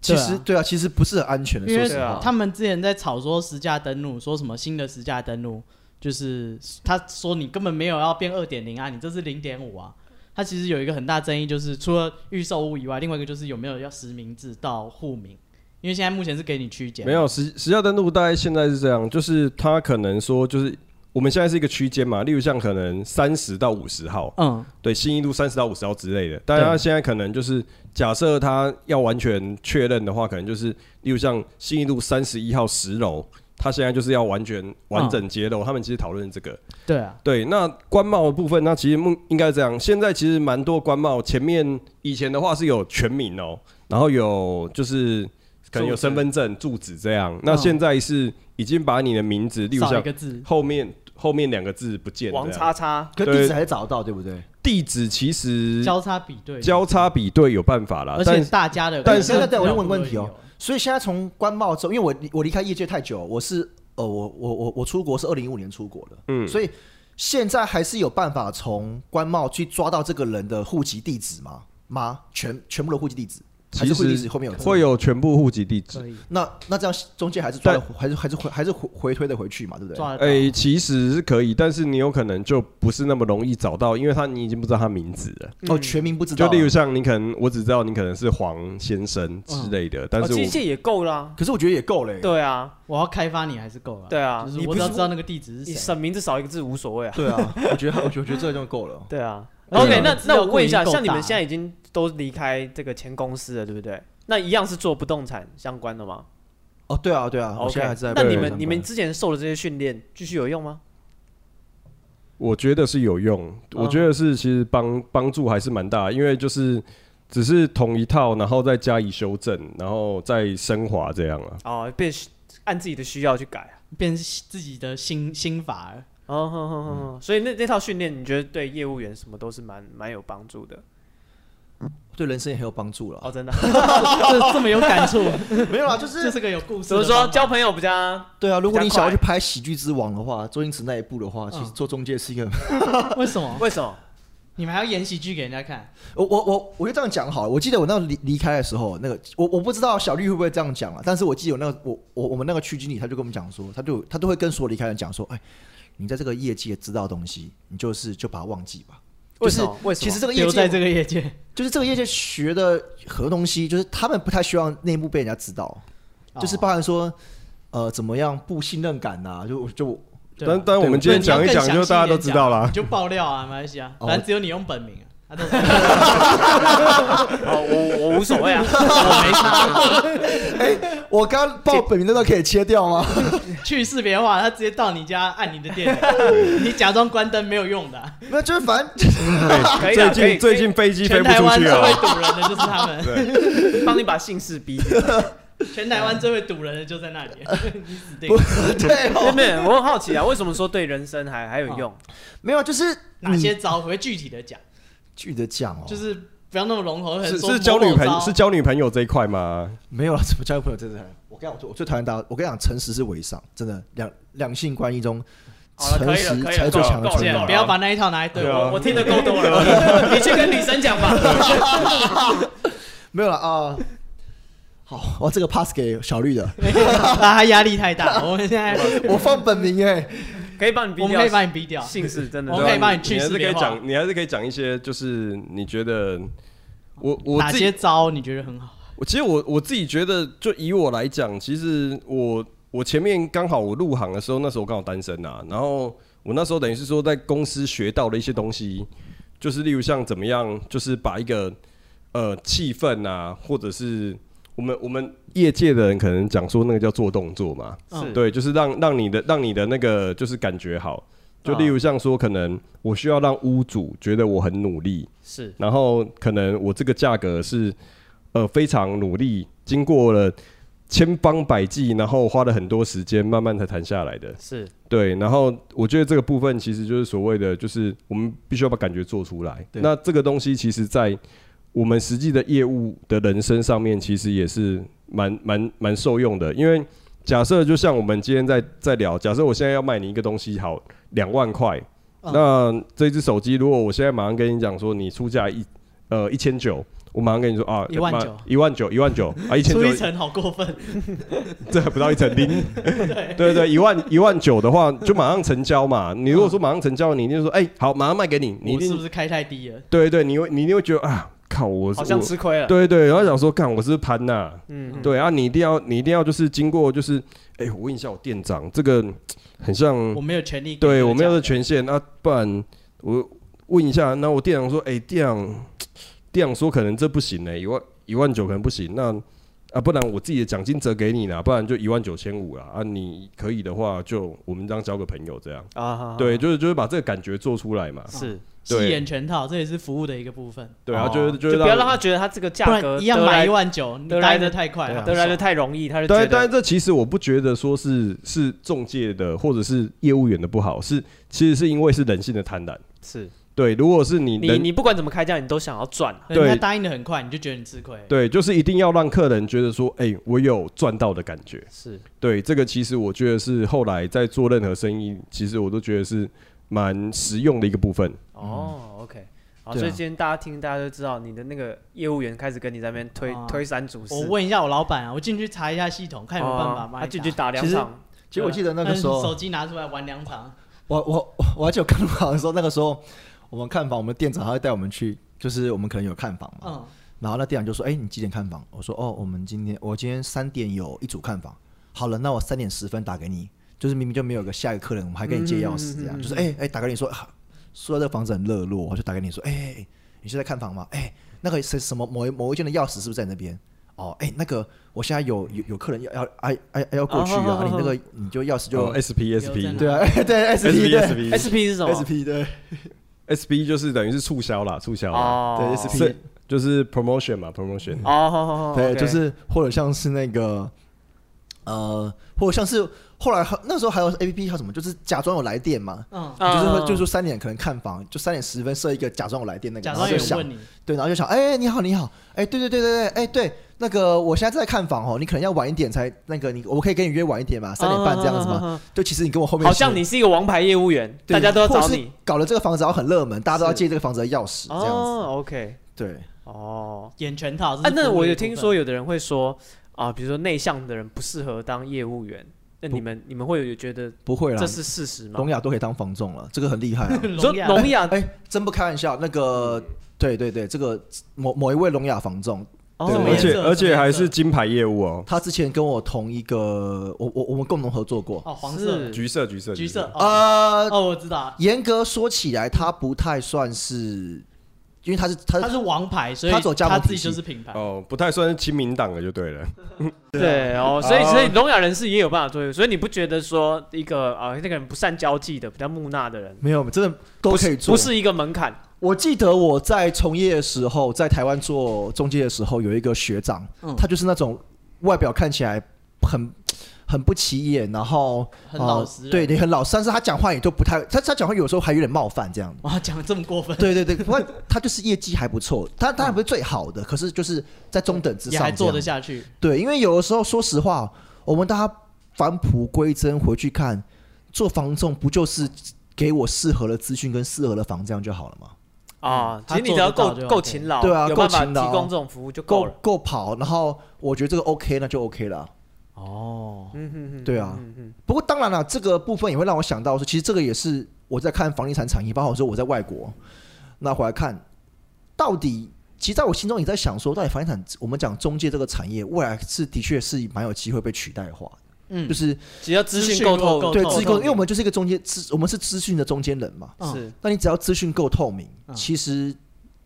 其
对
实
啊
对啊，其实不是很安全的，
因
说
为
实话。
他们之前在吵说实价登录，说什么新的实价登录，就是他说你根本没有要变二点零啊，你这是零点五啊。他其实有一个很大争议，就是除了预售屋以外，另外一个就是有没有要实名制到户名，因为现在目前是给你区间，
没有实实价登录，大概现在是这样，就是他可能说，就是我们现在是一个区间嘛，例如像可能三十到五十号，
嗯，
对，新一路三十到五十号之类的。但他现在可能就是假设他要完全确认的话，可能就是例如像新一路三十一号十楼，他现在就是要完
嗯
全完整揭露。他们其实讨论这个，
对啊，
对，那官帽的部分，那其实目应该这样。现在其实蛮多官帽，前面以前的话是有全名哦、然后有就是可能有
住址
身份证、住址这样。那现在是已经把你的名字，例如
嗯少一
像
个字，
后面后面两个字不见了
王
这样，
叉叉，
可
对
地址还是找得到，对不对？
地址其实
交叉比对，
交叉比对有办法啦
而，且
但
大家的，
但
对
是
对对
但我先问问题哦，所以现在从官帽之后，因为我离我离开业界太久，我是呃，我我我我出国是二零一五年出国的，嗯，所以现在还是有办法从官帽去抓到这个人的户籍地址吗？吗？全全部的户籍地址，还
其
是户籍地址
实
后面有字
会有全部户籍地址。
可以
那那这样中间还是抓得还是还是回还是回回推的回去嘛，对不对？
抓得到，
哎，其实是可以，但是你有可能就不是那么容易找到，因为他你已经不知道他名字了。
哦，全民不知道
就
啊，
例如像你可能，我只知道你可能是黄先生之类的，但
哦，
是我
机械也够啦。
可是我觉得也够嘞，
对啊，
我要开发你还是够了，
对啊
就是
你
我
不
只要
是
知道那个地址
你
是谁，
省名字少一个字无所谓啊。
对啊，我觉得我觉得我觉得这就够了。
对啊。
对啊
OK，那那我问一下，
资料库已经够大
像你们现在已经都离开这个前公司了，对不对？那一样是做不动产相关的吗
哦，对啊，对啊，我
？OK，
现在还是在
那你
上
们
班
你们之前受的这些训练，继续有用吗？
我觉得是有用，我觉得是其实帮帮助还是蛮大的，因为就是只是同一套，然后再加以修正，然后再升华这样啊。
哦，变按自己的需要去改啊。
变成自己的心心法了。
哦，哼哼哼哼所以那那套训练，你觉得对业务员什么都是蛮蛮有帮助的
对人生也很有帮助了。
哦，真的。
这这么有感触，
没有啦，啊就
这是个有故事。
所以说交朋友比较
对啊，如果
比
你
较
想要
快
去拍《喜剧之王》的话，周星驰那一部的话，其实
嗯
做中介是一个，
友？为什么？
为什么？
你们还要演喜剧给人家看？
我我我我就这样讲好了。我记得我那离离开的时候，那个我我不知道小绿会不会这样讲了，啊但是我记得有那个我我我们那个区经理他就跟我们讲说，他就他都会跟所有离开的人讲说，哎，你在这个业界知道的东西，你就是就把它忘记吧。就
为什
是
么为什么
其实这个业
哦留在
界
这个业界，
就是这个业界学的很多东西，就是他们不太希望内幕被人家知道，
哦
哦
就是
啊
包含说呃怎么样不信任感呐、就就
对啊
但但我们今
对
天
你要
讲
更
一
详
讲，
细一
就大家都
点
知
讲
道啦
你。就爆料啊，马来西亚，
哦
反正只有你用本名啊。他都
哦，我我无所谓啊，我没差。
我刚刚报本名那段可以切掉吗？
去识别化，他直接到你家按你的电 铃，你假装关灯没有用的啊。
没有，就是反正
可以
最
啦
近最近飞机飞
全
不
台
出
湾
去啊
最
了
会，堵人的就是他 们，
可以帮你把姓氏逼掉。
全台湾最会堵人的就在那 里，你死定
不
了。
对哦，
妹妹，我很好奇啊，为什么说对人生还还有用？
没有，就是
哪些招？我会具体的讲，
具体的讲哦，
就是不要那么笼统，很
是
说
是交女朋
某某招
是交女朋友这一块吗？
没有了。怎么交女朋友？真的，我跟你讲，我最讨厌大家。我跟你讲，诚实是为上，真的两两性关系中，
好了可
诚
以了可
实
以了
才是最强的
够了
存
够了
在
不。要把那一套拿来对
对啊
我。
我听得够多了，你去跟女生讲吧。
没有了啊。好，我这个 pass 给小绿 的，
啊，他压力太大，我们 现在
我放本名哎、
可以帮你逼
我
掉，
们可以把你逼掉。
姓氏真的
我
对
们可以
吧
帮你去
你
识
还是可
别
以
化
讲，你还是可以讲一些，就是你觉得我我
哪
自己
些招你觉得很好？
我其实我我自己觉得，就以我来讲，其实我我前面刚好我入行的时候，那时候我刚好单身啊，然后我那时候等于是说在公司学到的一些东西，就是例如像怎么样，就是把一个呃气氛啊，或者是我们我们业界的人可能讲说那个叫做动作嘛，
是
对，就是让让你的让你的那个就是感觉好。就
啊
例如像说，可能我需要让屋主觉得我很努力，
是
然后可能我这个价格是呃非常努力，经过了千方百计，然后花了很多时间，慢慢才谈下来的。
是
对，然后我觉得这个部分其实就是所谓的，就是我们必须要把感觉做出来。
对
那这个东西其实，在我们实际的业务的人生上面，其实也是蛮蛮蛮受用的。因为假设就像我们今天在在聊，假设我现在要卖你一个东西，好两万块，
嗯
那这只手机如果我现在马上跟你讲说，你出价一呃一千九，我马上跟你说啊，
19,900
一万九，一万九啊，一千
出一
九，
层好过分，
这还不到一层零，对对对，一万一万九的话就马上成交嘛。你如果说马上成交，你一定说哎好，马上卖给你，你一
我是
定
不是开太低了？
对对，你会你一定会觉得啊，靠，我是
好像
我
吃亏了。
对对，然后想说干，我是不是潘娜、
嗯，嗯，
对啊，你一定要，你一定要就是经过，就是，哎、我问一下我店长，这个很像
我，没有权利给你这个价格，
嗯对我没有的权限，那、啊不然我问一下，那我店长说，哎、店长，店长说可能这不行欸呢、一万一万九可能不行，那啊，不然我自己的奖金折给你啦，不然就一万九千五啦，啊，你可以的话就我们当交个朋友这样，
啊，好
对，，就是就是把这个感觉做出来嘛，
好是，
对
戏演全套，这也是服务的一个部分。
对啊，
哦
就是
就是不要让他觉得他这个价
不
格
然一样
得
买
来
一万九，你
得来
来
的
的太快
啊
了，
得来的太容易，他就觉
但但是
得
这其实我不觉得说是是中介的或者是业务员的不好，是其实是因为是人性的贪婪。
是
对，如果是你
你
人
你不管怎么开价，你都想要赚啊。
人家
对
答应的很快，你就觉得你吃亏。
对，就是一定要让客人觉得说，哎、我有赚到的感觉。
是，
对，这个其实我觉得是后来在做任何生意，其实我都觉得是蛮实用的一个部分。
嗯
哦，OK。好，
对啊
所以今天大家听，大家都知道你的那个业务员开始跟你在那边推
啊
推三阻四
我，问一下我老板啊，我进去查一下系统，看有没有办法
哦
帮
他
你打
进去打两
其实
场，
其实我记得那个
但是
时 候
手，机拿出来玩两场，
我我我我还记得我刚入行的时候，那个时候我们看房，我们店长他会带我们去，就是我们可能有看房嘛，
嗯，
然后那店长就说：“哎、你几点看房？”我说：“哦，我们今天我今天三点有一组看房。好了，那我三点十分打给你。就是明明就没有个下一个客人，我们还跟你借钥匙
嗯
这样。就是哎哎、打给你说，啊、说到这个房子很热络，我就打给你说：哎、哎哎你是在看房吗？哎、那个谁什么某一某一间的钥匙是不是在你那边？哦，哎、那个我现在有有有客人要要哎哎要过去啊，
哦哦哦哦
你那个你就钥匙就、
就 SP
有在
SP
哪
对啊， 哎对哦 S P 对
SP
SP 是什么
S P 对
SP 就是等于是促销啦，促销啦，
哦，
啊对 SP
是就是 promotion 嘛，promotion。
哦，好好好，
对，
OK
就是或者像是那个，呃，或者像是后来还那时候还有 A P P 叫什么，就是假装有来电嘛，
嗯，
啊
就是会就是说三点可能看房，就三点十分设一个假装有来电那个，
假
然后
装
就
有人
想
问你，
对，然后就想，哎、你好你好，哎、对对对对对，哎、对，那个我现在正在看房哦，你可能要晚一点才那个你，我可以跟你约晚一点嘛，三点半这样子嘛，
啊啊啊啊
就其实你跟我后面
好像你是一个王牌业务员，
对
大家都要
或
找
是
你。
搞了这个房子然后很热门，大家都要
是
借这个房子的钥匙这样子，
哦，OK，
对，
哦，
演全套。这
啊
是，
那
服务
我
的
有
一部
听
分
说有的人会说啊，比如说内向的人不适合当业务员，那你们你们会有觉得
不会啦
这，是事实吗
聋？哑都可以当房仲了，这个很厉害、 啊。
你说
聋哑
聋哑
哎、真不开玩笑，那个，对对对，这个某某一位聋哑房仲，
哦
对，
对什么
而
颜
且
色
而
什么
且
颜
还
色
是金牌业务哦，
他之前跟我同一个，我我我们共同合作过。
哦，黄色、
是
橘色橘色
橘色。哦
呃，
哦，我知道，
严格说起来，他不太算是，因为他是他
他
是
是王牌，所以
他走加盟
他自己
体系
就是品牌。
哦，不太算是亲民党的就对了。
对哦，
啊
所以
哦
所以聋哑人士也有办法做业务，所以你不觉得说一个啊那个人不善交际的、比较木讷的人，
没有，真的都
不
可以
是
做。
不，是一个门槛
我记得我在从业的时候，在台湾做中介的时候，有一个学长，
嗯
他就是那种外表看起来很很不起眼，然后呃
很老实人
哦对，你很老实，但是他讲话也都不太，他他讲话有时候还有点冒犯这样子。
哇，讲的这么过分，
对对对，不过他就是业绩还不错，他当然不是最好的，可是就是在中等之
也
上，
还做得。下去。
对，因为有的时候说实话，我们大家返璞归真回去看，做房仲不就是给我适合的资讯跟适合的房，这样就好了吗？
啊
嗯。
其实你只要
他做
够
得到就
够
OK
勤劳，
对啊
有办
够
法
勤劳
提供这种服务就够
够
了。
够跑，然后我觉得这个 OK，那就 OK 了。
哦，
嗯哼哼，
对啊
嗯哼哼
不过当然了，这个部分也会让我想到说，其实这个也是我在看房地产产业，包括说我在外国，那回来看，到底其实在我心中也在想说，到底房地产我们讲中介这个产业，未来是的确是蛮有机会被取代化的，
嗯
就，是
只要资
资
讯
讯
够
够
透，
对
透
资
明
讯，因为我们就是一个中间资，我们是资讯的中间人嘛。
嗯
是
那你只要资讯够透明，
嗯
其实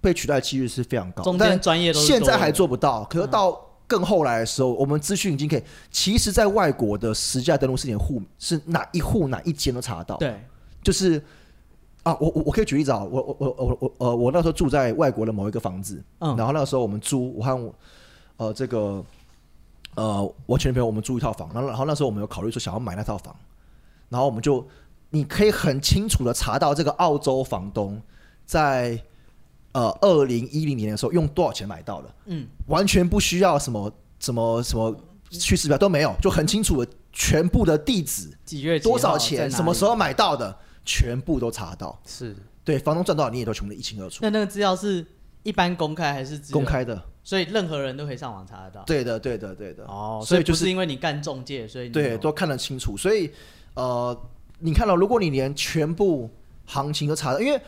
被取代的几率是非常高。
中
哦
嗯
但
间专业都是
现在还
多
做不到，可是到更后来的时候，我们资讯已经可以。其实，在外国的实价登录是连户是哪一户哪一间都查得到，
的对，
就是啊，我我我可以举例子啊，我我我我我呃，我那时候住在外国的某一个房子，
嗯，
然后那个时候我们租，我和我呃这个呃我前女朋友我们租一套房，然后然后那时候我们有考虑说想要买那套房，然后我们就你可以很清楚的查到这个澳洲房东在呃二零一零年的时候用多少钱买到的，
嗯，
完全不需要什么什么什么趋势表都没有，就很清楚的全部的地址
几月几号
多少
在
钱，
哪里
什么时候？买到的，全部都查到，
是
对房东赚多少你也都全部一清二楚。
那那个资料是一般公开还是只有
公，开的，
所以任何人都可以上网查得到。
对的，对的，对的。
哦，
所
所
以
以
就
不
是
是因为你干中介，所以你
对，
哦
有
都看得清楚。所以呃，你看到、如果你连全部行情都查到，因为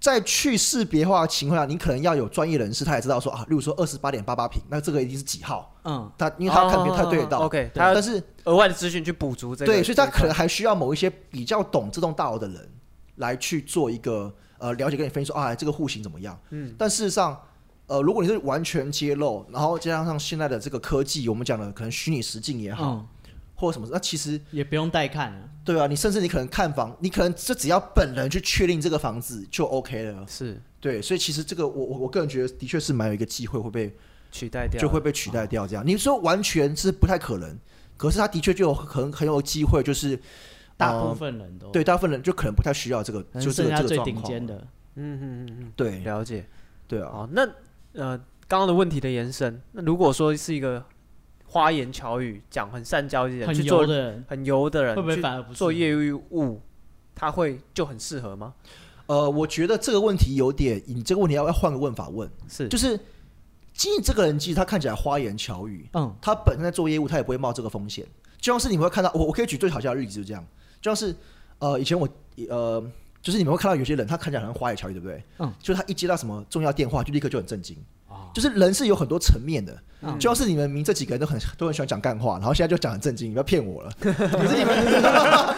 在去识别化的情况下，你可能要有专业人士，他也知道说啊，例如说二十八点八八平，那这个一定是几号，
嗯，
他因为他看别他对得
哦
到。
，OK，他
但
要
是
额外的资讯去补足这个，
对，所以他
这一
可能
块
还需要某一些比较懂这栋大楼的人来去做一个呃了解，跟你分析说啊，这个户型怎么样？嗯，但事实上，呃，如果你是完全揭露，然后加上现在的这个科技，我们讲的可能虚拟实境也好，
嗯，
或者什么，那其实
也不用带看了。
对啊，你甚至你可能看房，你可能就只要本人去确定这个房子就 OK 了。
是
对，所以其实这个我我我个人觉得的确是蛮有一个机会会被
取代
啊
掉了，
就会被取代掉这样。你说完全是不太可能，可是他的确就有很很有机会，就是
大部
呃
分人都，
对大部分人就可能不太需要这个
可，能
就这
剩
个
下
这
最
个状
顶
况
尖
了。
的。
嗯嗯嗯嗯，
对
了解。
对啊，
好，那呃，刚刚的问题的延伸，那如果说是一个花言巧语、讲很善交一点、
很
去
油
做
的人，
很油的人，
会不会
去
反而不
做
是
业务，他会就很适合吗？
呃，我觉得这个问题有点，你这个问题要要换个问法问，
是，
就是基于这个人，其实他看起来花言巧语，
嗯，
他本身在做业务，他也不会冒这个风险。就像是你们会看到，我我可以举最好笑的例子就是这样，就像是呃以前我呃就是你们会看到有些人他看起来很花言巧语，对不对？
嗯，
就是他一接到什么重要电话就立刻就很震惊。
哦
就是人是有很多层面的，
嗯
就像是你们明这几个人都很都很喜欢讲干话，然后现在就讲很震 惊，你不要骗 我了。可是你们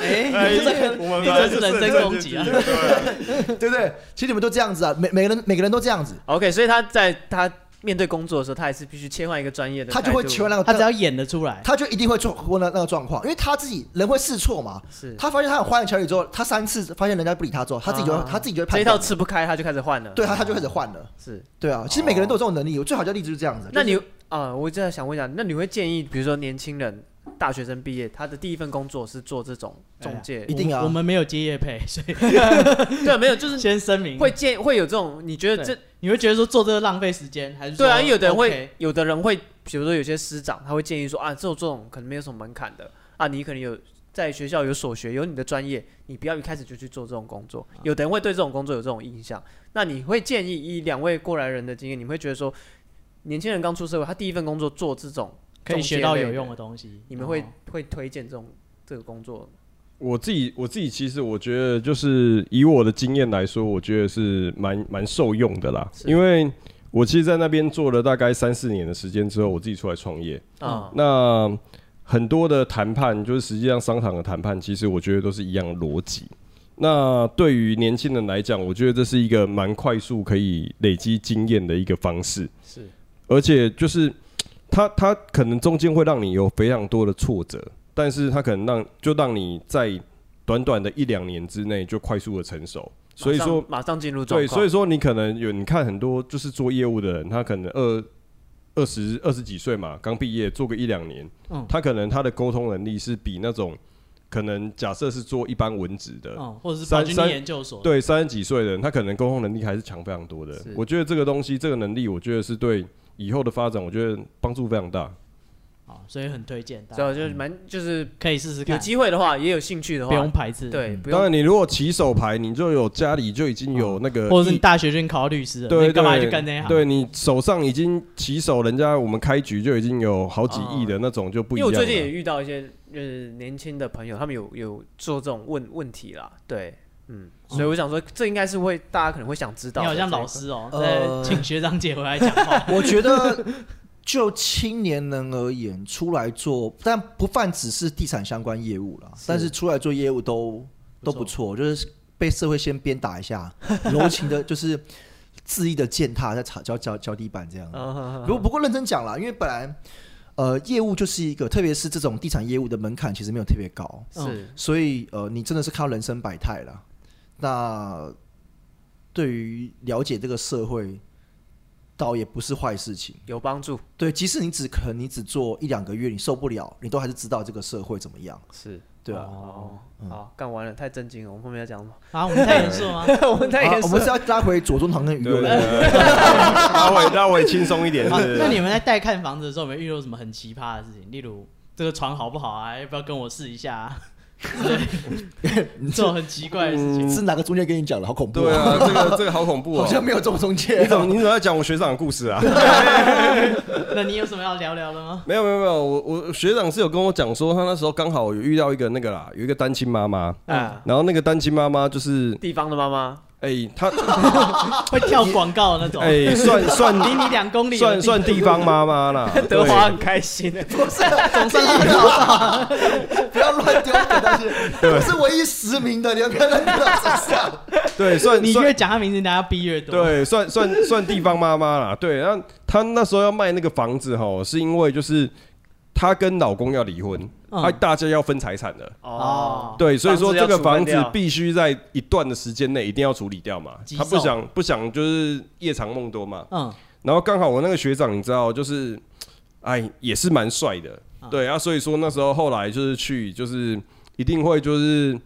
哎，这个
我们
这个是人身攻击啊！
对不对？其实你们都这样子啊，每每个人每个人都这样子，
OK，所以他在他面对工作的时候，他还是必须切换一个专业的态
他
度，
就会求那个，
他只要演得出来，
他就一定会做混那那个状况，因为他自己人会试错嘛。
是
他发现他很花言巧语之后，他三次发现人家不理他之后，他自己就、
啊
他自己就会
这
判
一套
断，
吃不开，他就开始换了。
对啊他他就开始换了。
是，
对啊，其实每个人都有这种能力。我最好的例子就是这样子。
那你
就是
啊、我真的想问一下，那你会建议，比如说年轻人、大学生毕业，他的第一份工作是做这种
哎
中介？
一定啊
我们没有接业配，所以
对，啊没有，就是
先声明，
会建会有这种，你觉得
对
这
你会觉得说做这个浪费时间，还是
对啊？
说
因为有的人会
OK，
有的人会，比如说有些师长他会建议说啊，这种这种可能没有什么门槛的啊，你可能有在学校有所学，有你的专业，你不要一开始就去做这种工作。
啊
有的人会对这种工作有这种印象，那你会建议以两位过来人的经验，你会觉得说，年轻人刚出社会，他第一份工作做这种，
可以学到有用的东西？
你们会、会推荐这种这个工作？
我自己我自己其实我觉得就是以我的经验来说，我觉得是蛮蛮受用的啦，
是
因为我其实，在那边做了大概三四年的时间之后，我自己出来创业，
嗯
啊、
那很多的谈判，就是实际上商场的谈判，其实我觉得都是一样的逻辑。那对于年轻人来讲，我觉得这是一个蛮快速可以累积经验的一个方式。
是，
而且就是它它可能中间会让你有非常多的挫折，但是它可能让就让你在短短的一两年之内就快速的成熟。所以
马
说
上，马上进入状
对，
况，
所以说你可能有，你看很多就是做业务的人，他可能二二十二十几岁嘛，刚毕业做个一两年，
嗯
他可能他的沟通能力是比那种可能假设是做一般文职的，
哦
嗯，或者是
三
跑去
三
念研究所，
对三十几岁的人，他可能沟通能力还是强非常多的
是。
我觉得这个东西，这个能力，我觉得是对以后的发展，我觉得帮助非常大。
好，哦所以很推荐大
所以我
家
啊就是蛮就是
可以试试
有
看，
机会的话，也有兴趣的
啊不用
话，
嗯排斥，，
对，不用哦
当然，你如果起手牌，你就有家里就已经有那个，
或者是你大学就已经考到律师了，
对
你干嘛去
对
干那一行？
对你手上已经起手，人家我们开局就已经有好几亿的那种，就不一
因为我
样了。
最近也遇到一些就是年轻的朋友，他们有有做这种问问题啦，对，嗯，所以我想说，这应该是会大家可能会想知道
你
的。
好像老
这一
师哦，
呃。
在请学长姐回来讲话
我觉得 就青年人而言，出来做，但不泛只是地产相关业务了，但是出来做业务都
不
都
错
不错，就是被社会先鞭打一 下，柔情的，就是恣意的践踏在脚脚脚底板这样。
块，嗯哼哼
不过不过认真讲啦，因为本来呃业务就是一个，特别是这种地产业务的门槛其实没有特别高，
是
所以呃你真的是看到人生百态啦。那对于了解这个社会，倒也不是坏事情。
有帮助，
对，即使你只可能你只做一两个月，你受不了，你都还是知道这个社会怎么样，
是
对啊。
哦，好，干完了，太震惊了，我们后面要讲什么？
啊，我们太严肃了吗？
我们太
啊
严
我
肃
们是
了，
要拉回左宗棠跟于
对
右
对
的。
对，拉回拉回轻松一点
啊
是。
那你们在带看 房子的时候，有没有遇到什么很奇葩的事情？例如这个床好不好啊？要不要跟我试一下、啊？这种很奇怪的事情。
嗯
是哪个中介跟你讲的？好恐怖、
对啊，这个这个好恐怖
好
哦！
像没有这种中介、啊
你怎么你怎么在讲我学长的故事啊？
那你有什么要聊聊的吗？
没有没有没有，我我学长是有跟我讲说，他那时候刚好有遇到一个那个啦，有一个单亲妈妈，
啊，
然后那个单亲妈妈就是
地方的妈妈，，
哎、她
会跳广告的那种，
哎、算算
离你两公里有地，
算算地方妈妈 啦
德华
对
很开心的，
总算 是好了，不要乱丢梗，但是我是唯一实名的，你要不要乱丢到身上？
对算
你
算
越讲他名字，大家逼越多。，
对，算算算地方妈妈啦。对，那她那时候要卖那个房子哈，是因为就是她跟老公要离婚，
嗯
啊，大家要分财产了。
哦，
对，所以说
房子要
这个房
处
子
分掉
必须在一段的时间内一定要处理掉嘛
急。
她不
售
想不想就是夜长梦多嘛。
嗯，
然后刚好我那个学长，你知道，就是哎也是蛮帅的，
啊
对啊，所以说那时候后来就是去，就是一定会就是。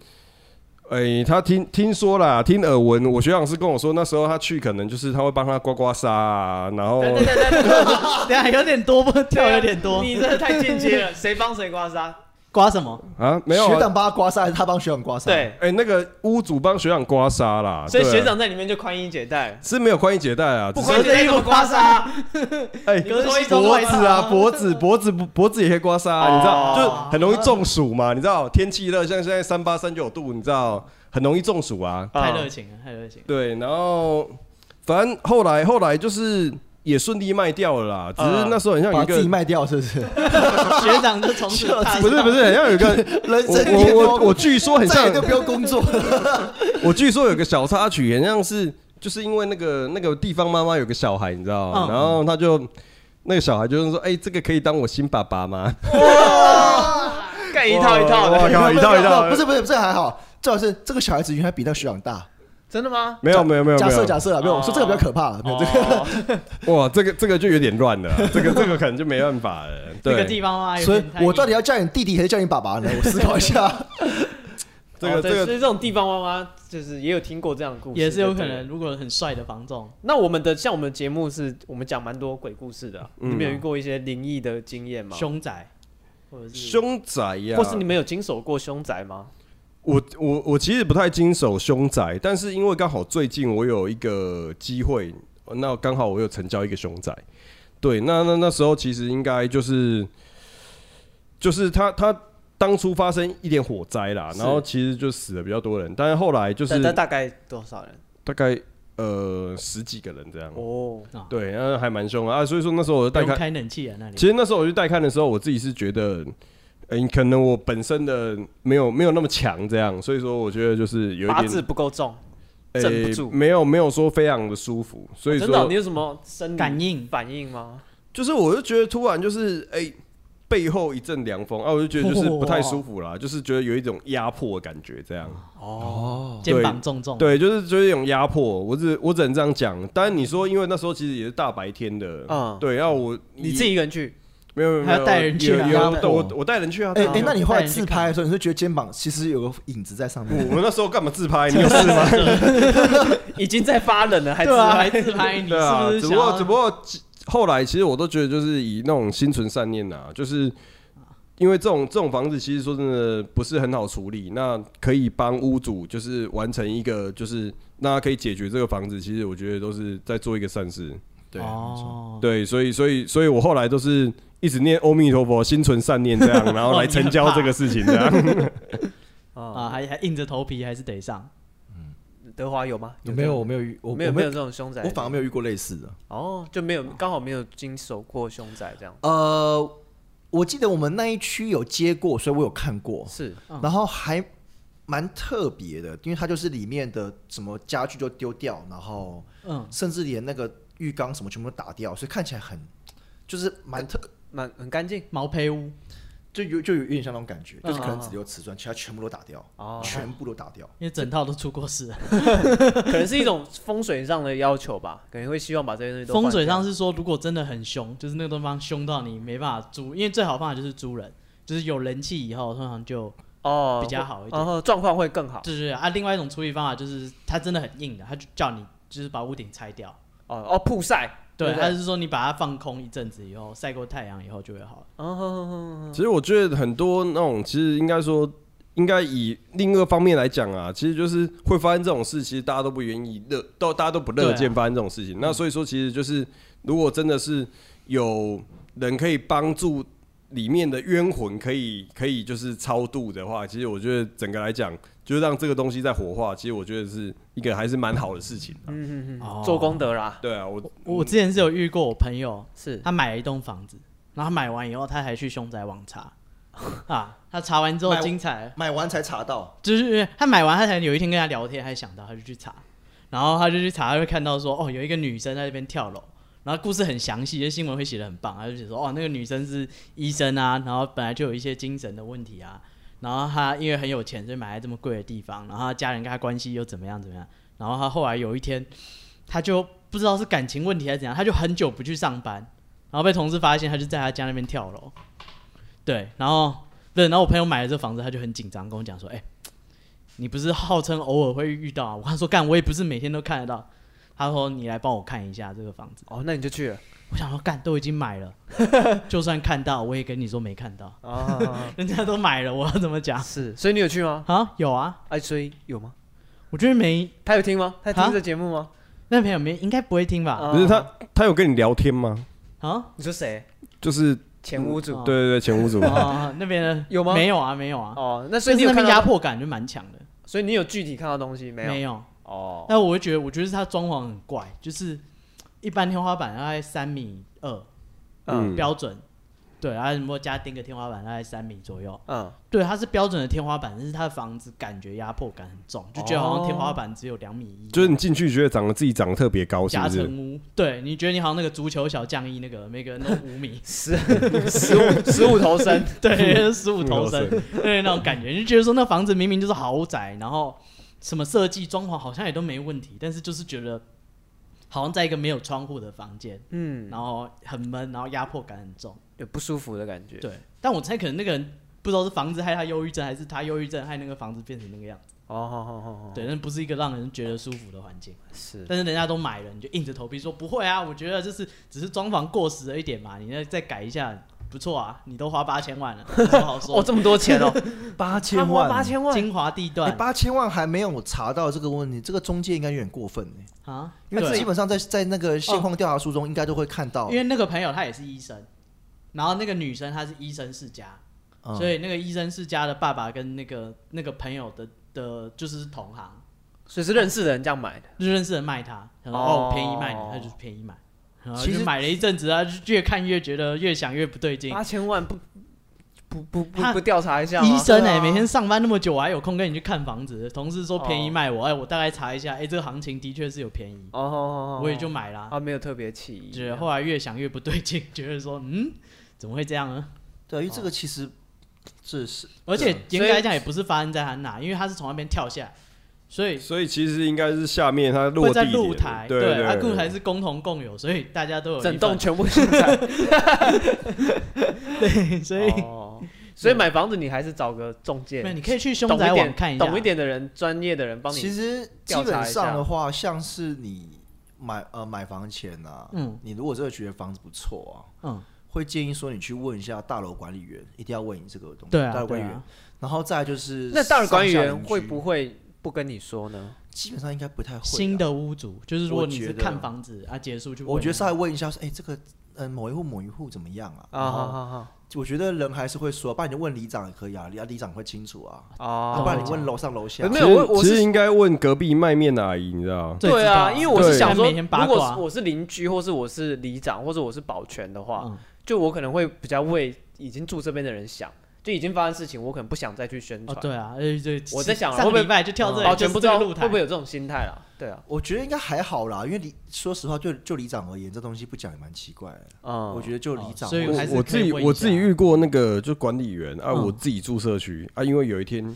哎、他听听说啦，听耳闻，我学长是跟我说，那时候他去可能就是他会帮他刮刮痧、啊，然后
对对对对
等一下有点多，
啊
不跳有点多。
你这个太间接了，谁帮谁刮痧？
刮什么？
啊没有啊
学长帮他刮痧，还是他帮学长刮痧？，
对，
哎、那个屋主帮学长刮痧啦，
所以
对啊
学长在里面就宽衣解带，
是没有宽衣解带啊，
不
只
宽衣
是
解带怎么刮痧？
哎、
你不是说一周
脖
刮痧
子啊，脖子 脖子脖子也可以刮痧、啊，你知道，
哦
就很容易中暑嘛，你知道，天气热，像现在三八三九度，你知道，很容易中暑啊。
太热情了，太热情了。
对，然后反正后来后来就是也顺利卖掉了啦，只是那时候很像有
把
一
自己
个。
卖掉是不是？
学长就从此踏
不
上
是不是，很像有一个，
人
我
生巅
我我
峰
我据说哦很
再
像
也，都不用工作了。
我据说有个小插曲，很像是就是因为那个那个地方妈妈有个小孩，你知道，
嗯
然后他就那个小孩就是说，哎、这个可以当我新爸爸吗？
盖一套一套
哇
的，
靠一套一套的
不是不是，这还好，最好是这个小孩子原来比那个学长大。
真的吗？
没有没有没有，
假
没有
设假设啊，没有，我说这个比较可怕了，没有这个。
哦
哇，这个这个就有点乱 了啊，这个这个可能就没办法了。
那
对，
个地方啊，有
所以
点太
我到底
硬
要叫你弟弟还是叫你爸爸呢？我思考一下。
这个
哦对
这
所
个
以这种地方妈妈就是也有听过这样的故事，
也是有可
对。对
能，如果很帅的房仲，
那我们的像我们的节目是我们讲蛮多鬼故事的啊，
嗯
你们有遇过一些灵异的经验吗？
凶宅，或者是
凶宅呀，
或是你们有经手过凶宅吗？
我我我其实不太经手凶宅，但是因为刚好最近我有一个机会，那刚好我有成交一个凶宅。对，那那那时候其实应该就是就是他他当初发生一点火灾啦，
是
然后其实就死了比较多人，但是后来就
但
是
但大概多少人？
大概呃十几个人这样。
哦，
对，那还蛮凶的啊，所以说那时候我就
不
带
用
看。
开冷气啊那里。
其实那时候我去带看的时候，我自己是觉得，嗯、可能我本身的没有没有那么强，这样，所以说我觉得就是有一
八
点
字不够重，
呃
镇不住
没有没有说非常的舒服，所以
真的哦，
说
你有什么生理
感应
反应吗？
就是我就觉得突然就是哎、背后一阵凉风啊，我就觉得就是不太舒服啦，就是觉得有一种压迫的感觉这样。
肩膀重重，
对，就是就是一种压迫，我只我只能这样讲。当然你说，因为那时候其实也是大白天的，
嗯
对，要我
你自己一个人去，
没有没有没
还
有
要带人去啊
有有
压迫
我我带人去啊，带
哎
人
哎
去，啊
那你后来自拍的时候，你是觉得肩膀其实有个影子在上
我
面？
们那时候干嘛自拍？你有事吗？
已经在发冷了，还
对啊，还
还
自拍，你是
对啊
不，是
只
想
不过
要
只不过其后来其实我都觉得就是以那种心存善念啊，就是因为这种这种房子其实说真的不是很好处理，那可以帮屋主就是完成一个就是那可以解决这个房子，其实我觉得都是在做一个善事。对
哦，
对，所以所以所以我后来都是一直念阿弥陀佛，心存善念这样，然后来成交这个事情这样。
啊，
啊，
还还硬着头皮还是得上。
德华有吗？
没有，我没有遇，我
没有没有，这种凶宅，
我反而没有遇过类似的。
哦，就没有刚好没有经手过凶宅这样，
呃，我记得我们那一区有接过，所以我有看过，
是
嗯
然后还蛮特别的，因为它就是里面的什么家具就丢掉，然后
嗯，
甚至连那个浴缸什么全部都打掉，所以看起来很就是蛮
嗯
特，
蛮很干净
毛坯屋，
就有就有有点像那种感觉，就是可能
嗯嗯
只留瓷砖，其他全部都打掉，
嗯
哦，
全部都打掉。
因为整套都出过事。
可能是一种风水上的要求吧， 可能会希望把这些东西都换
风水
掉
上是说，如果真的很凶，就是那个地方凶到你没办法租，因为最好方法就是租人，就是有人气以后，通常就
哦
比较好一点
然后状况会更好
就是啊。另外一种处理方法就是，他真的很硬的，他就叫你就是把屋顶拆掉。
哦哦，曝晒
对，
对不对
他是说你把它放空一阵子以后，晒过太阳以后就会好了。
哦，
其实我觉得很多那种，其实应该说应该以另一个方面来讲啊，其实就是会发生这种事，其实大家都不愿意乐，都大家都不乐
对
见
啊
发生这种事情。那所以说，其实就是如果真的是有人可以帮助里面的冤魂，可以可以就是超度的话，其实我觉得整个来讲，就是让这个东西再活化，其实我觉得是一个还是蛮好的事情、啊。
嗯嗯
哦
嗯，做功德啦，
对啊，我
嗯
我之前是有遇过我朋友，
是
他买了一栋房子，然后他买完以后他还去凶宅网 查啊，他查完之后
买
精彩了，
买完才查到，
就是他买完他才有一天跟他聊天，他想到他就去查，然后他就去查，他就看到说哦有一个女生在那边跳楼。然后故事很详细，这新闻会写的很棒。他就写说，哦，那个女生是医生啊，然后本来就有一些精神的问题啊，然后她因为很有钱，所以买在这么贵的地方，然后她家人跟她关系又怎么样怎么样，然后她后来有一天，她就不知道是感情问题还是怎样，她就很久不去上班，然后被同事发现，她就在她家那边跳楼，对，然后对，然后我朋友买了这房子，他就很紧张，跟我讲说，哎、你不是号称偶尔会遇到、啊？我跟他说干，我也不是每天都看得到。他说你来帮我看一下这个房子。
哦，那你就去了
我想说干，都已经买了， 就算看到，我也跟你说没看到，
啊，
人家都买了，我要怎么讲
是，所以你有去吗？
啊？有啊，
哎，所以有吗？
我觉得没
他有听吗？他
啊
听这节目吗？
那朋友没应该不会听吧？
啊
不是他，他有跟你聊天吗？
啊
你说谁？
就是
前屋主
哦
对对对，前屋主
啊， 那边的
有吗
没有啊，没有啊。
哦，那所
所
以
以
你
那
有看
边
到
压
他，
迫感就蛮强的，
所以你有具体看到东西没有？
没有。
哦，
那我会觉得，我觉得是它装潢很怪，就是一般天花板大概三米二
嗯
嗯，
标准，对，然后如果加钉个天花板大概三米左右，
嗯，，
对，它是标准的天花板，但是它的房子感觉压迫感很重，就觉得好像天花板只有两米一，
哦就是你进去觉得长得自己长得特别高，是
夹
不是？
层屋，对，你觉得你好像那个足球小将一那个每个人都五米
十十五十五头身，
对，十 五头身
十五，
对那种感觉，你就觉得说那房子明明就是豪宅，然后什么设计装潢好像也都没问题，但是就是觉得好像在一个没有窗户的房间。
嗯，
然后很闷，然后压迫感很重。
有不舒服的感觉。
对，但我猜可能那个人不知道是房子害他忧郁症，还是他忧郁症害那个房子变成那个样子。
哦，好好好好，
对，那不是一个让人觉得舒服的环境。
是，
但是人家都买了，你就硬着头皮说不会啊，我觉得就是只是装潢过时了一点嘛，你那再改一下，不错啊，你都花八千万了，有什么好说
哦， 这么多钱哦，
八
他
千
花
万，
八千
的
万，
精华地
哎，
段、
八千万还没有查到这个问题，这个中介应该有点过分哎，
啊，
因为
对
基本上在在那个现况调查书中应该都会看到
因，为那个朋友他也是医生，然后那个女生她是医生世家，
嗯
所以那个医生世家的爸爸跟那个那个朋友的的就是同行。
所以是认识的人这样买的。
就认识人卖他，然后
哦
哦便宜卖你，他就是便宜买，然后
其
就
实
买了一阵子啊，就越看越觉得越想越不对劲。
八千万不不不
他
不不调查一下吗？
医生哎、
对啊
每天上班那么久，我还有空跟你去看房子。同事说
哦
便宜卖我，哎、我大概查一下，哎、这个行情的确是有便宜，
哦，好好好
我也就买啦。
啊没有特别起疑，
觉得后来越想越不对劲， 觉得说嗯，怎么会这样呢？
对，因为这个其实这是
而且
对
严格来讲也不是发生在他那，因为他是从那边跳下来，所以
所以其实应该是下面它落
会
地
在
点
露台，
对
对，他露台是共同共有，所以大家都有一
整
份
栋，全部现在，
对，所以。
哦所以买房子你还是找个中介
对，，你可以去凶
懂
宅
一
网
点
看一下，
懂一点的人，专业的人帮
其
你。
实基
调查
本
一
上
下
的话，像是你买呃买房前啊，
嗯
你如果真的觉得房子不错啊，
嗯，
会建议说你去问一下大楼管理员，一定要问你这个东西。
对啊，
大楼管
对
理员
啊，，
然后再来就是
那大的管理
上下
员
邻居
会不会不跟你说呢？
基本上应该不太会啊
新，的屋主就是如果你
我
是
觉得
看房子啊结束去问，
我觉得稍微问一下说，哎，这个呃某一户某一户怎么样啊？
哦
啊，
然
好
后
好好
我觉得人还是会说，不然你就问里长也可以啊，里啊里长会清楚啊，
啊
要不然你
会
问
讲
楼上楼下
没
其
有
实
我我是
其实应该问隔壁卖面的阿姨，你知道？
最知道
对啊，因为我是
对
想说，
每天
如
八
果
卦
是我是邻居，或是我是里长，或者我是保全的话，
嗯
就我可能会比较为已经住这边的人想，就已经发生事情，我可能不想再去宣
哦
传。
对啊，而且
我在想
上
会不
个
会
礼拜就跳这
保
里，就
哦全
是
不知
这个
道
露台，
会不会有这种心态啦？对啊，
我觉得应该还好啦，因为里说实话，就就里长而言，这东西不讲也蛮奇怪的。
嗯，
我觉得就里长
哦所
或
以
者
还
是，
是
我我
可
自
以
己
问一下
我自己遇过那个就管理员啊，
嗯
我自己住社区啊，因为有一天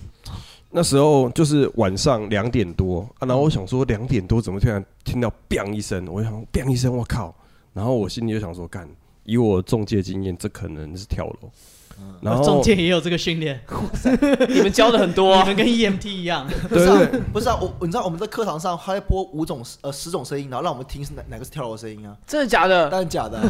那时候就是晚上两点多啊，然后我想说两点多怎么突然听到 “bang” 一声，我就想 “bang” 一声，我靠！然后我心里就想说，干，以我中介经验，这可能是跳楼，然后
嗯中介也有这个训练，
你们教的很多、
你
啊，
们跟 EMT 一样，
不是、
对对
啊，不是啊，我你知道我们在课堂上他会播五种呃十种声音，然后让我们听是哪哪个是跳楼声音啊？
真的假的？
当然假的啊、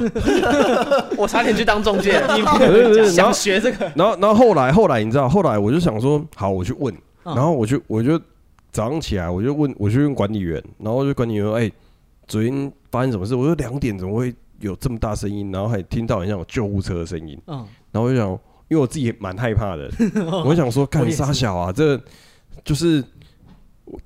我差点去当中介，你
对对对然
想
后
学这个？
然后，然后后来，后来你知道，后来我就想说，好，我去问，
嗯
然后我就我就早上起来，我就问，我去问管理员，然后就管理员说，哎、昨天发生什么事？我说两点怎么会有这么大声音？然后还听到很像有救护车的声音，
嗯，
然后我就想，因为我自己也蛮害怕 的，我就想说，干傻小啊，这就是。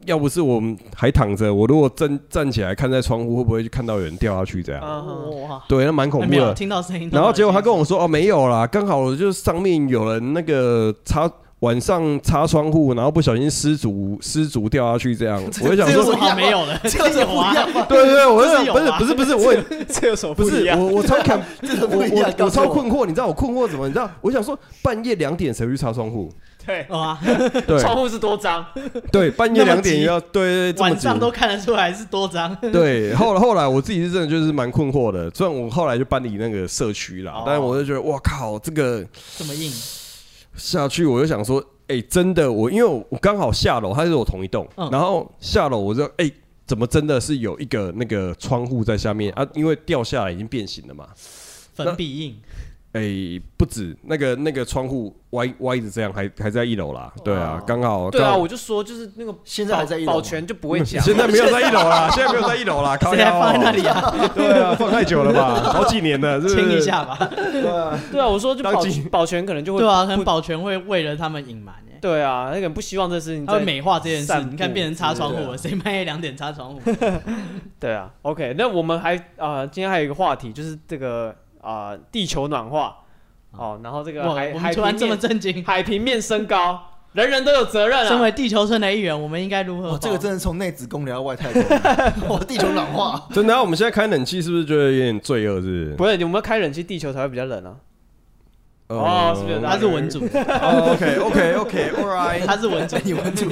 要不是我们还躺着，我如果站站起来看在窗户，会不会就看到有人掉下去这样？
嗯，
哇，
对，那蛮恐
哦哎没
怖的啊
有。听到声音，
然后结果他跟
我
我说：“哦，没有啦，刚好就是上面有人那个擦晚上擦窗户，然后不小心失足失足掉下去这样。”我就想
这有什
说
么好没有的？
这个是
有
不一
啊，
样吧？：“
对对对，我就想
有
不是
啊
不是不是，我也
这有什么
不是
样？
我我超看
这个
我
不一样，
我我
告诉
超困惑，你知道我困惑什么？你知道我想说半夜两点谁会去擦窗户？
对，啊
有啊，
对
窗户是多脏，
对，半夜两点也要对对对，这么
晚上
急
都看得出来是多张，
对，后后来我自己是真的就是蛮困惑的，虽然我后来就搬离那个社区啦
哦，
但是我就觉得哇靠，这个
这么硬，
下去，我就想说，哎、真的，我因为我刚好下楼，它是我同一栋，
嗯
然后下楼我就哎、怎么真的是有一个那个窗户在下面啊？因为掉下来已经变形了嘛，
粉笔硬，
哎、不止那个那个窗户歪歪着这样，还还在一楼
哦
啦，对啊，刚好
对
刚
啊，
好
我就说就是那个
现在还在一楼吗
保 全就不会讲，
现在没有在一楼啦， 现在没有在一楼 啦，靠
谁还
腰哦
放在那里 啊？
对啊，放太久了吧， 好几年了，是不是？
清一下吧。
对啊，我说就保
当机
保全可能就会
对啊，可能保全会为了他们隐瞒哎，
对啊，那个人不希望这事情
他会
在
美化这件事
散。步
你看，变成擦窗户
之类
了，
的
谁半夜两点擦窗户？
对啊，OK，那我们还啊、呃今天还有一个话题就是这个啊、呃地球暖化哦，然后这个
哇，
海
我
海
们突
平
然
面
这么震惊。
海平面升高，人人都有责任
身
啊。
为地球村的一员，我们应该如何
我
保？
哦这个真的从内子宫聊到外太空，我地球暖 化。
真的、啊，我们现在开冷气是不是觉得有点罪恶？是不是？
不是，我们要开冷气，地球才会比较冷啊。
呃
哦是不是
他是文主，
哦？OK OK OK，All right。
他是 文主。
你们就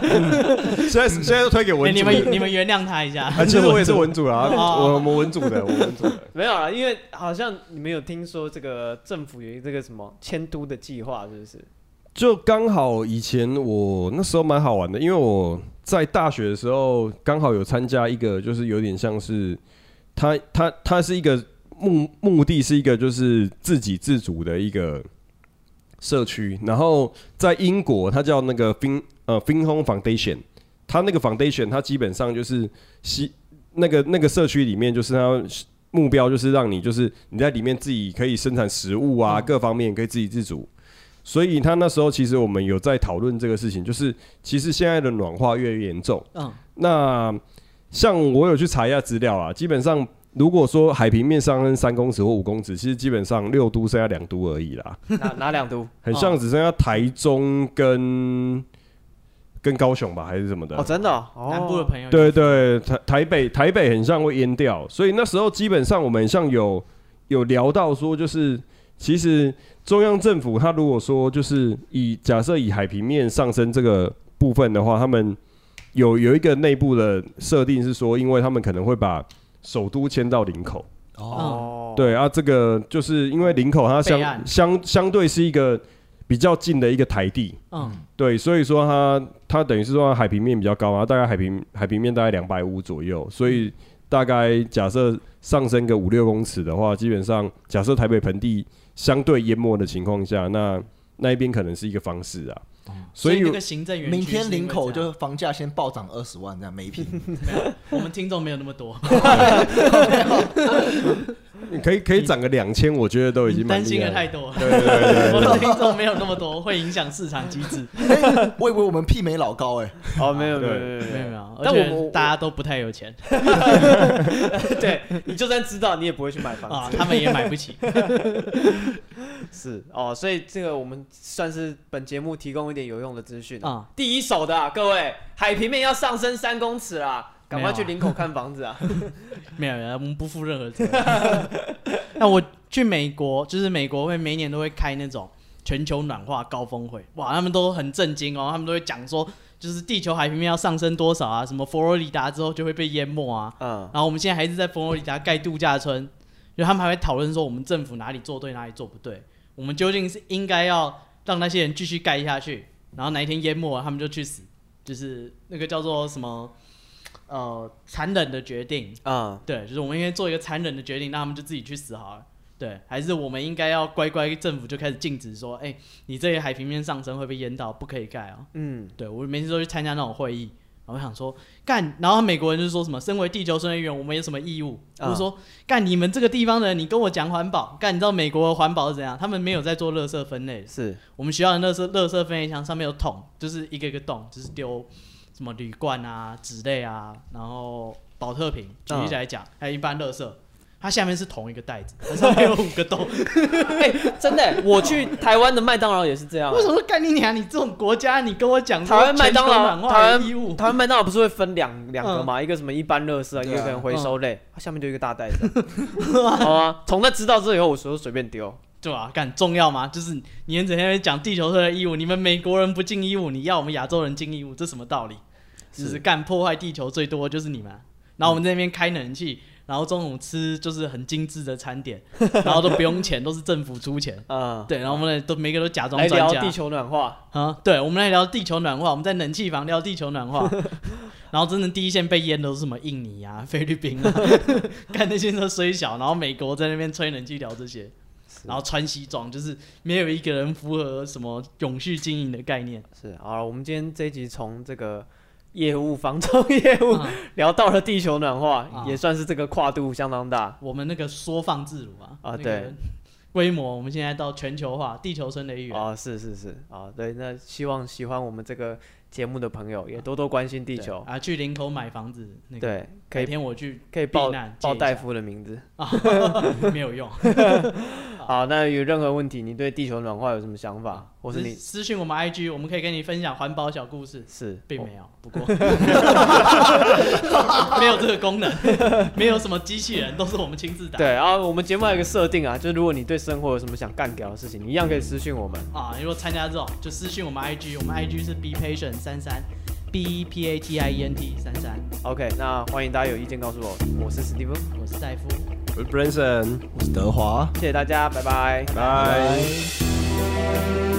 现在现在都推给
哎
文
你
主，
们你们原谅他一下。
啊，其实我也是文主啦，
哦
我我们文主的，我文主的。
没有啊，因为好像你们有听说这个政府有一个这个什么迁都的计划，是不是？
就刚好以前我那时候蛮好玩的，因为我在大学的时候刚好有参加一个，就是有点像是它它它是一个目目的是一个就是自给自足的一个社区，然后在英国它叫那个 Fin 呃 Fin Home Foundation，它那个 Foundation 它基本上就是西那个那个社区里面就是它。目标就是让你，就是你在里面自己可以生产食物啊，各方面可以自给自足。所以他那时候其实我们有在讨论这个事情，就是其实现在的暖化越来越严重。
嗯，
那像我有去查一下资料啊，基本上如果说海平面上升三公尺或五公尺，其实基本上六都剩下两都而已啦，
哪哪两都？
很像只剩下台中跟、跟高雄吧，还是什么的。
哦，真的哦，哦
南部的朋友。
对对，台台北台北很像会淹掉，所以那时候基本上我们像有有聊到说，就是其实中央政府它如果说就是以假设以海平面上升这个部分的话，他们有有一个内部的设定是说，因为他们可能会把首都迁到林口，
哦，
对啊，这个就是
哦
因为林口它
北岸
相相相对是一个比较近的一个台地，
嗯，
对，所以说它它等于是说它海平面比较高啊，大概海平海平面大概两百五左右，所以大概假设上升个五六公尺的话，基本上假设台北盆地相对淹没的情况下，那那一边可能是一个方式啊。所
哦所
以
以那个行政园区
明天
是因为
林口
这样
就房价先暴涨二十万，这样每一平。
我们听众没有那么 多，
可以可以涨个两千，我觉得都已
你
经
嗯
蛮
担心
厉
的
害
太
了。
多。
对对对 对
我们听众没有那么多，会影响市场机制。
哎我以为我们媲美老高哎，
哦，没有没有
对
没有
没
没
有
有
没有，而
但我
且大家都不太有钱
对你就算知道，你也不会去买房
啊，
子。
他们也买不起。
是哦，所以这个我们算是本节目提供一点有用的资讯啊
啊，
第一手的、啊，各位，海平面要上升三公尺啦，赶快去林口看房子 啊！
没有没有，我们不负任何责任。那我去美国，就是美国会每年都会开那种全球暖化高峰会，哇，他们都很震惊哦，他们都会讲说，就是地球海平面要上升多少啊，什么佛罗里达之后就会被淹没啊，
嗯，
然后我们现在还是在佛罗里达盖度假村，就他们还会讨论说我们政府哪里做对哪里做不对。我们究竟是应该要让那些人继续盖下去，然后哪一天淹没了，他们就去死，就是那个叫做什么呃残忍的决定，
啊，
对，就是我们应该做一个残忍的决定，让他们就自己去死好了。对，还是我们应该要乖乖，政府就开始禁止说，哎、你这些海平面上升会被淹到，不可以盖哦。
嗯，
对我每次都去参加那种会议，然后我想说干，然后美国人就说什么，身为地球村一员，我们有什么义务？
啊
我就说干，你们这个地方的人，你跟我讲环保，干，你知道美国的环保是怎样？他们没有在做垃圾分类的，
是
我们学校的垃圾垃圾分类箱上面有桶，就是一个一个洞，就是丢什么铝罐啊、纸类啊，然后保特瓶，举
嗯
例来讲，还有一般垃圾，它下面是同一个袋子，它上面有五个 洞。
嗯哎真的。我去台湾的麦当劳也是这样啊
为，什么干你娘？你这种国家，你跟我讲
台湾麦当劳
全球暖化的义务，
台湾麦当劳不是会分两两个
嗯
嘛，一个什么一般乐事啊，一
对啊
个可能回收类，它下面就一个大袋子 啊。好啊，从那知道之后以后，我随手随便丢。
对吧、干重要吗？就是你们整天讲地球村的义务，你们美国人不尽义务，你要我们亚洲人尽义务，这什么道理？就是干破坏地球最多就是你们啊、然后
嗯
我们在那边开冷气，然后中午吃就是很精致的餐点，然后都不用钱，都是政府出钱。
啊，
对，然后我们都每个都假装
来
专
聊
家
地球暖化，
啊，对，我们来聊地球暖化，我们在冷气房聊地球暖化， 然后真的第一线被淹的都是什么印尼啊、 菲律宾啊，看那些都虽小，然后美国在那边吹冷气聊这些，然后穿西装，就是没有一个人符合什么永续经营的概念。
是好了，我们今天这一集从这个业务防重业务
啊
聊到了地球暖化
啊，
也算是这个跨度相当大。
我们那个缩放自如啊，
啊
那个
对
规模，我们现在到全球化，地球村的一员。
哦，是是是，啊，对，那希望喜欢我们这个节目的朋友也多多关心地
对
球，
啊，去林口买房子，那个
对，可
改
以
天我去
可以
避
报
难
报
借一
戴
下
夫的名字。
啊，没 有用。
好，那有任何问题，你对地球暖化有什么想法，或是
私
你
私信我们 IG，我们可以跟你分享环保小故事，
是哦
并没有，不过没有这个功能，没有什么机器人，都是我们亲自打。
对啊，我们节目还有一个设定啊，就是如果你对生活有什么想干掉的事情，你一样可以私信我们。
啊，如果参加这种，就私信我们 IG，我们 IG 是 be patient 三三，b e p a t i e n t 三三，
OK，那欢迎大家有意见告诉我。我是史蒂夫，
我是戴夫，
我
嗯
是 Branson，
我是德华。
谢谢大家，拜拜。
拜。
拜